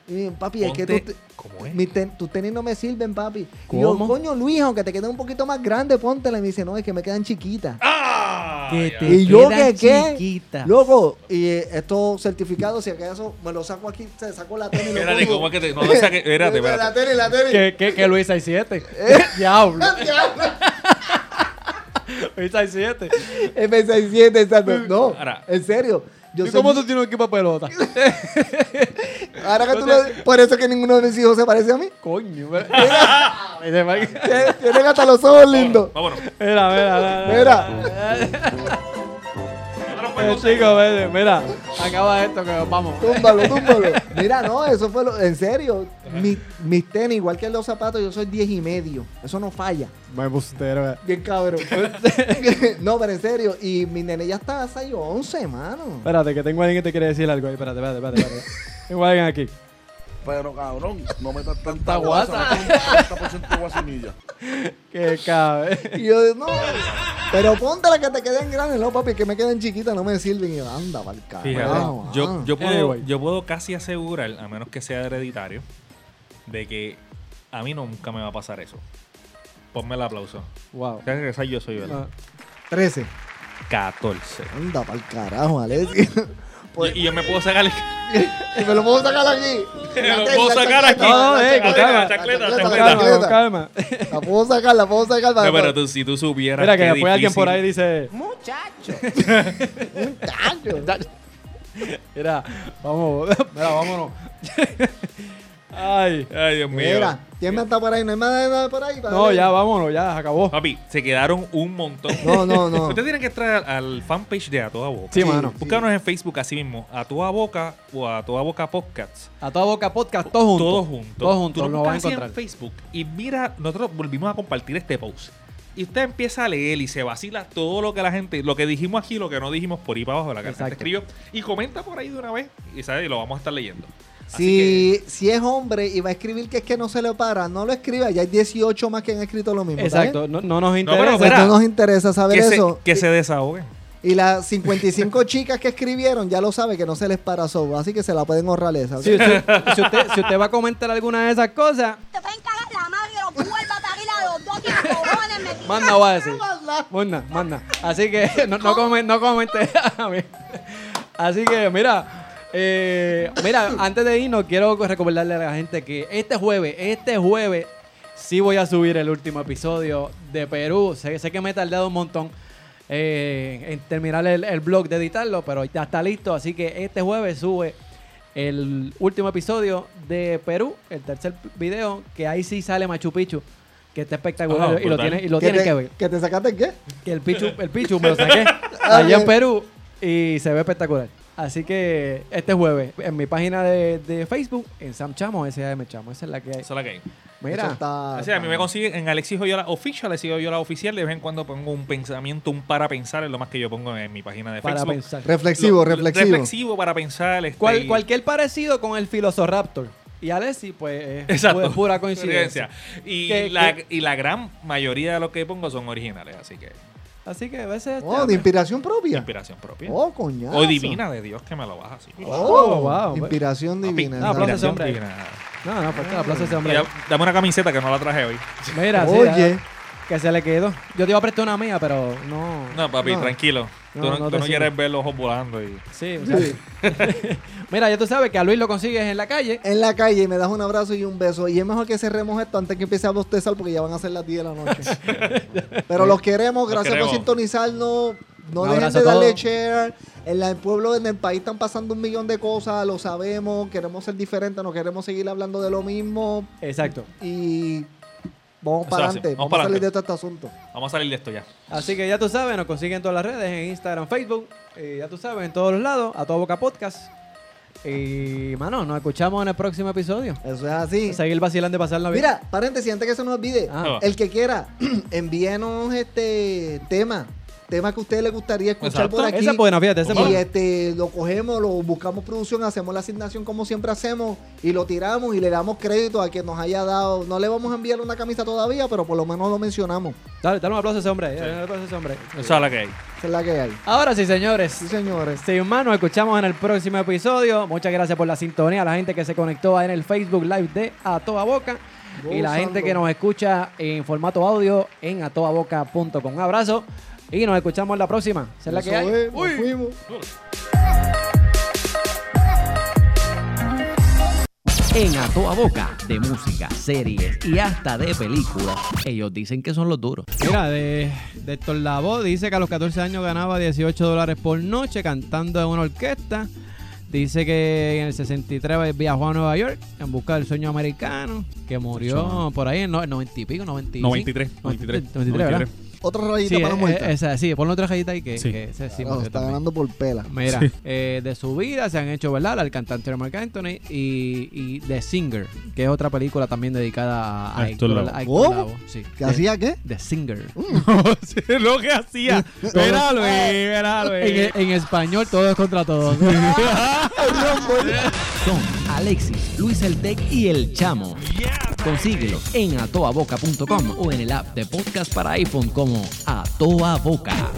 D: Y, papi, es que
F: Ponte-
D: tú te-
F: ¿Cómo es?
D: mis ten- tus tenis no me sirven, papi. Y yo,
E: pues. ¿Cómo?
D: coño, Luis, aunque te queden un poquito más grande, póntela. Y me dice, no, es que me quedan chiquitas.
F: ¡Ah!
E: que
F: Ya.
E: te
D: Y yo
E: quedan
D: que qué,
E: chiquitas.
D: Loco, y eh, estos certificados, si acaso me los saco aquí, se sacó la tenis. y lo
F: Espérate,
D: pongo.
F: ¿cómo es que te.? No, no saques. Espérate,
D: La
F: espérate.
D: tenis, la tenis.
E: que, que, que Luis 67. Diablo. Luis 67.
D: F67, exacto. No,
F: Ahora.
D: en serio. Yo
E: ¿Y
D: soy-
E: cómo tú tienes un equipo de pelota?
D: ahora que tú lo- por eso que ninguno de mis hijos se parece a mí.
E: Coño. Mira, mira,
D: Tiene- Tienen hasta los ojos lindos.
F: Vámonos. vámonos.
E: mira.
D: Mira,
F: Nosotros
E: Eh,
F: podemos-
E: chico, vete, mira. Acaba esto que vamos.
D: túmbalo, túmbalo. Mira, no, eso fue lo, en serio. Mi- mis tenis, igual que los zapatos, yo soy 10 y medio. Eso no falla.
E: Me bustero.
D: Bien cabrón. no, pero en serio. Y mi nene ya está a 6 o 11, mano.
E: Espérate, que tengo alguien que te quiere decir algo ahí. Espérate, espérate, espérate. espérate. Tengo alguien aquí.
G: Pero cabrón, no metas tanta
E: guasa.
G: guasa. no metas 30% guasimilla.
E: Que cabe.
D: Y yo, no. Pero ponte las que te queden grandes, no, papi, que me queden chiquitas, no me sirven. Y yo, anda, pa'l
F: Fíjate,
D: carajo,
F: yo,
D: ah.
F: yo, puedo,
E: Anyway.
F: yo puedo casi asegurar, a menos que sea hereditario, de que a mí nunca me va a pasar eso. Ponme el aplauso.
E: Wow.
F: Ya que esa yo soy ¿verdad?
E: No.
D: 13.
F: 14.
D: Anda pa'l carajo, Alexi. Pues-
F: y, y yo me puedo sacar el...
D: y me lo puedo sacar aquí.
F: Me lo puedo
D: La
F: sacar
D: chancleta,
F: aquí.
E: No, no,
D: la
E: eh, que
D: chancleta,
E: calma.
D: la
F: Chancleta,
D: chancleta, la
E: Calma,
D: chancleta.
E: con calma.
D: La puedo sacar, la puedo sacar.
F: No,
D: para-
F: pero tú, si tú supieras
E: Mira, que
F: qué
E: después alguien por
F: difícil-
E: ahí dice.
D: Muchacho.
E: Mira, vamos, mira, vámonos. Ay.
F: Ay, Dios mío.
D: Mira, ¿quién me está por ahí? ¿No hay más nada por ahí?
E: No, ya, vámonos, ya, se acabó.
F: Papi, se quedaron un montón.
D: No, no, no.
F: Ustedes tienen que entrar al fanpage de A Toda Boca.
E: Sí, mano.
F: Búscanos en Facebook así mismo, A Toda Boca o A Toda Boca Podcast.
E: A toda boca podcast, todos juntos.
F: Todos juntos.
E: Todos juntos,
F: Tú
E: nos vas a
F: buscas así
E: encontrar.
F: en Facebook y mira, nosotros volvimos a compartir este post. Y usted empieza a leer y se vacila todo lo que la gente, lo que dijimos aquí, lo que no dijimos por ahí para abajo, la que la gente
E: Exacto.
F: escribió. Y comenta por ahí de una vez y, ¿sabes? y lo vamos a estar leyendo. Así
D: Si, si es hombre y va a escribir que es que no se le para, no lo escriba. Ya hay 18 más que han escrito lo mismo. ¿está bien?
E: Exacto, no, no nos interesa.
F: pero pues-
D: O sea,
F: Espera.
D: no nos interesa saber
F: que, se,
D: eso.
F: que se desahoguen.
D: Y las 55 chicas que escribieron ya lo sabe que no se les para sobo, así que se la pueden ahorrar esa. ¿ok?
E: Si usted, si usted- si usted va a comentar alguna de esas cosas,
H: Te pueden cagar la madre, los vuelvo a parir a los dos y a cojones, me tiran.
E: manda va a decir. Manda, manda. Así que no, no, come- no comente. a mí. Así que mira, eh, mira, antes de irnos quiero recordarle a la gente que este jueves, este jueves, sí voy a subir el último episodio de Perú. Sé, sé que me he tardado un montón eh, en terminar el, el blog de editarlo, pero ya está listo. Así que este jueves sube el último episodio de Perú, el tercer video, que ahí sí sale Machu Picchu. Que está
F: Ah,
E: espectacular y lo
F: brutal.
E: tiene y lo
D: ¿Que
E: tiene
D: te,
E: que ver
D: ¿Que te sacaste qué?
E: que el Pichu, el Pichu me lo saqué allá en Perú y se ve espectacular. Así que este jueves, en mi página de, de Facebook, en Sam Chamo, S.A.M. Chamo, esa es la que hay.
F: Esa es la que hay.
D: Eso
E: Mira,
D: está-
F: O sea, a mí me consiguen en Alexis Oyola Official, Alexis Oyola Oficial. De vez en cuando pongo un pensamiento, un para pensar, es lo más que yo pongo en mi página de
E: para
F: Facebook.
E: pensar.
D: reflexivo,
F: Lo-
D: reflexivo.
F: Reflexivo para pensar. este,
E: Cual-
F: y-
E: cualquier parecido con el Filosoraptor y Alessi, pues es
F: Exacto.
E: pu- pura coincidencia.
F: Y,
E: Que-
F: la,
E: que-
F: y la gran mayoría de lo que pongo son originales, así que
E: Así que a veces...
D: Oh, de inspiración propia.
F: inspiración propia.
D: Oh, coñazo.
F: o divina de Dios que me lo baja así.
D: Oh,
E: Oh, wow.
D: Inspiración divina.
E: no, aplausos,
D: exacto.
F: Inspiración
E: hombre.
F: divina.
E: No, no, pues un aplauso a ese hombre.
F: Mira, dame una camiseta que no la traje hoy.
E: Mira, sí,
D: Oye.
E: que se le quedó. Yo te iba a prestar una mía, pero no...
F: No, papi,
D: No.
F: tranquilo.
E: No,
F: tú no,
E: no
F: tú
E: te
F: no
E: sigo.
F: quieres ver los ojos volando. Y...
E: Sí, o sea- Mira, ya tú sabes que a Luis lo consigues en la calle.
D: En la calle me das un abrazo y un beso. Y es mejor que cerremos esto antes que empiece a bostezar porque ya van a ser las 10 de la noche. Pero los queremos,
F: Los
D: gracias
F: queremos.
D: por sintonizarnos. No
E: Un
D: dejen
E: abrazo
D: de
E: a todos.
D: darle share. En la- el pueblo, en el país están pasando un millón de cosas, lo sabemos. Queremos ser diferentes, no queremos seguir hablando de lo mismo.
E: Exacto.
D: Y vamos
F: Eso
D: para
F: hace,
D: adelante.
F: vamos
D: Vamos,
F: para
D: a salir
F: adelante.
D: de todo este asunto.
F: Vamos a salir de esto ya.
E: Así que ya tú sabes, nos consiguen en todas las redes, en Instagram, Facebook, eh, ya tú sabes, en todos los lados, a toda boca podcast. Y mano, nos escuchamos en el próximo episodio.
D: Eso es así.
E: Seguir vacilando y pasarla bien.
D: Mira, paréntesis, antes que se nos olvide,
E: Ah.
D: el que quiera, envíenos este tema, tema que a usted le gustaría escuchar
F: Exacto.
D: por aquí.
E: esa es buena, fíjate, esa es
D: Y
E: buena.
D: este, lo cogemos, lo buscamos producción, hacemos la asignación como siempre hacemos y lo tiramos y le damos crédito a quien nos haya dado. No le vamos a enviar una camisa todavía, pero por lo menos lo mencionamos.
E: Dale, dale un aplauso a ese hombre. dale un aplauso a ese hombre.
F: Esa es la que hay.
D: Esa es la que hay.
E: Ahora sí, señores.
D: Sí, señores.
E: Sin más, nos escuchamos en el próximo episodio. Muchas gracias por la sintonía, a la gente que se conectó ahí en el Facebook Live de A Toda Boca y la
D: Gozando.
E: gente que nos escucha en formato audio en atodaboca.com. Un abrazo y nos escuchamos en la próxima. Esa es la que hay.
D: Eso es, nos
E: Uy.
D: fuimos.
I: En A Toa Boca, de música, series y hasta de películas, ellos dicen que son los duros.
E: Mira, de, de Héctor Lavoe dice que a los 14 años ganaba 18 dólares por noche cantando en una orquesta. Dice que en el 63 viajó a Nueva York en busca del sueño americano, que murió por ahí en no- 90 y pico, 95.
F: 93, 93,
E: 93, ¿verdad?
F: 93.
D: Otra rayita
E: Sí,
D: para
E: eh,
D: muerta.
E: eh, esa, sí, ponle otra rayita ahí que,
F: Sí.
E: que ese sí
D: Ah,
E: murió
D: está
E: también.
D: ganando por pela.
E: Mira, eh, de su vida se han hecho, ¿verdad? El cantante Mark Anthony y, y The Singer, que es otra película también dedicada a,
A: A Héctor
E: Héctor-
A: Lavoe.
E: a Héctor
D: ¿Cómo?
E: Lavoe, sí. The-
D: ¿Qué hacía qué?
E: The Singer.
F: lo que hacía. Mira, Luis, mira,
E: En, en español, todos contra todos.
I: Son Alexis, Luis El Tec y El Chamo. Consíguelo en atoaboca.com o en el app de podcast para iPhone como A Toa Boca.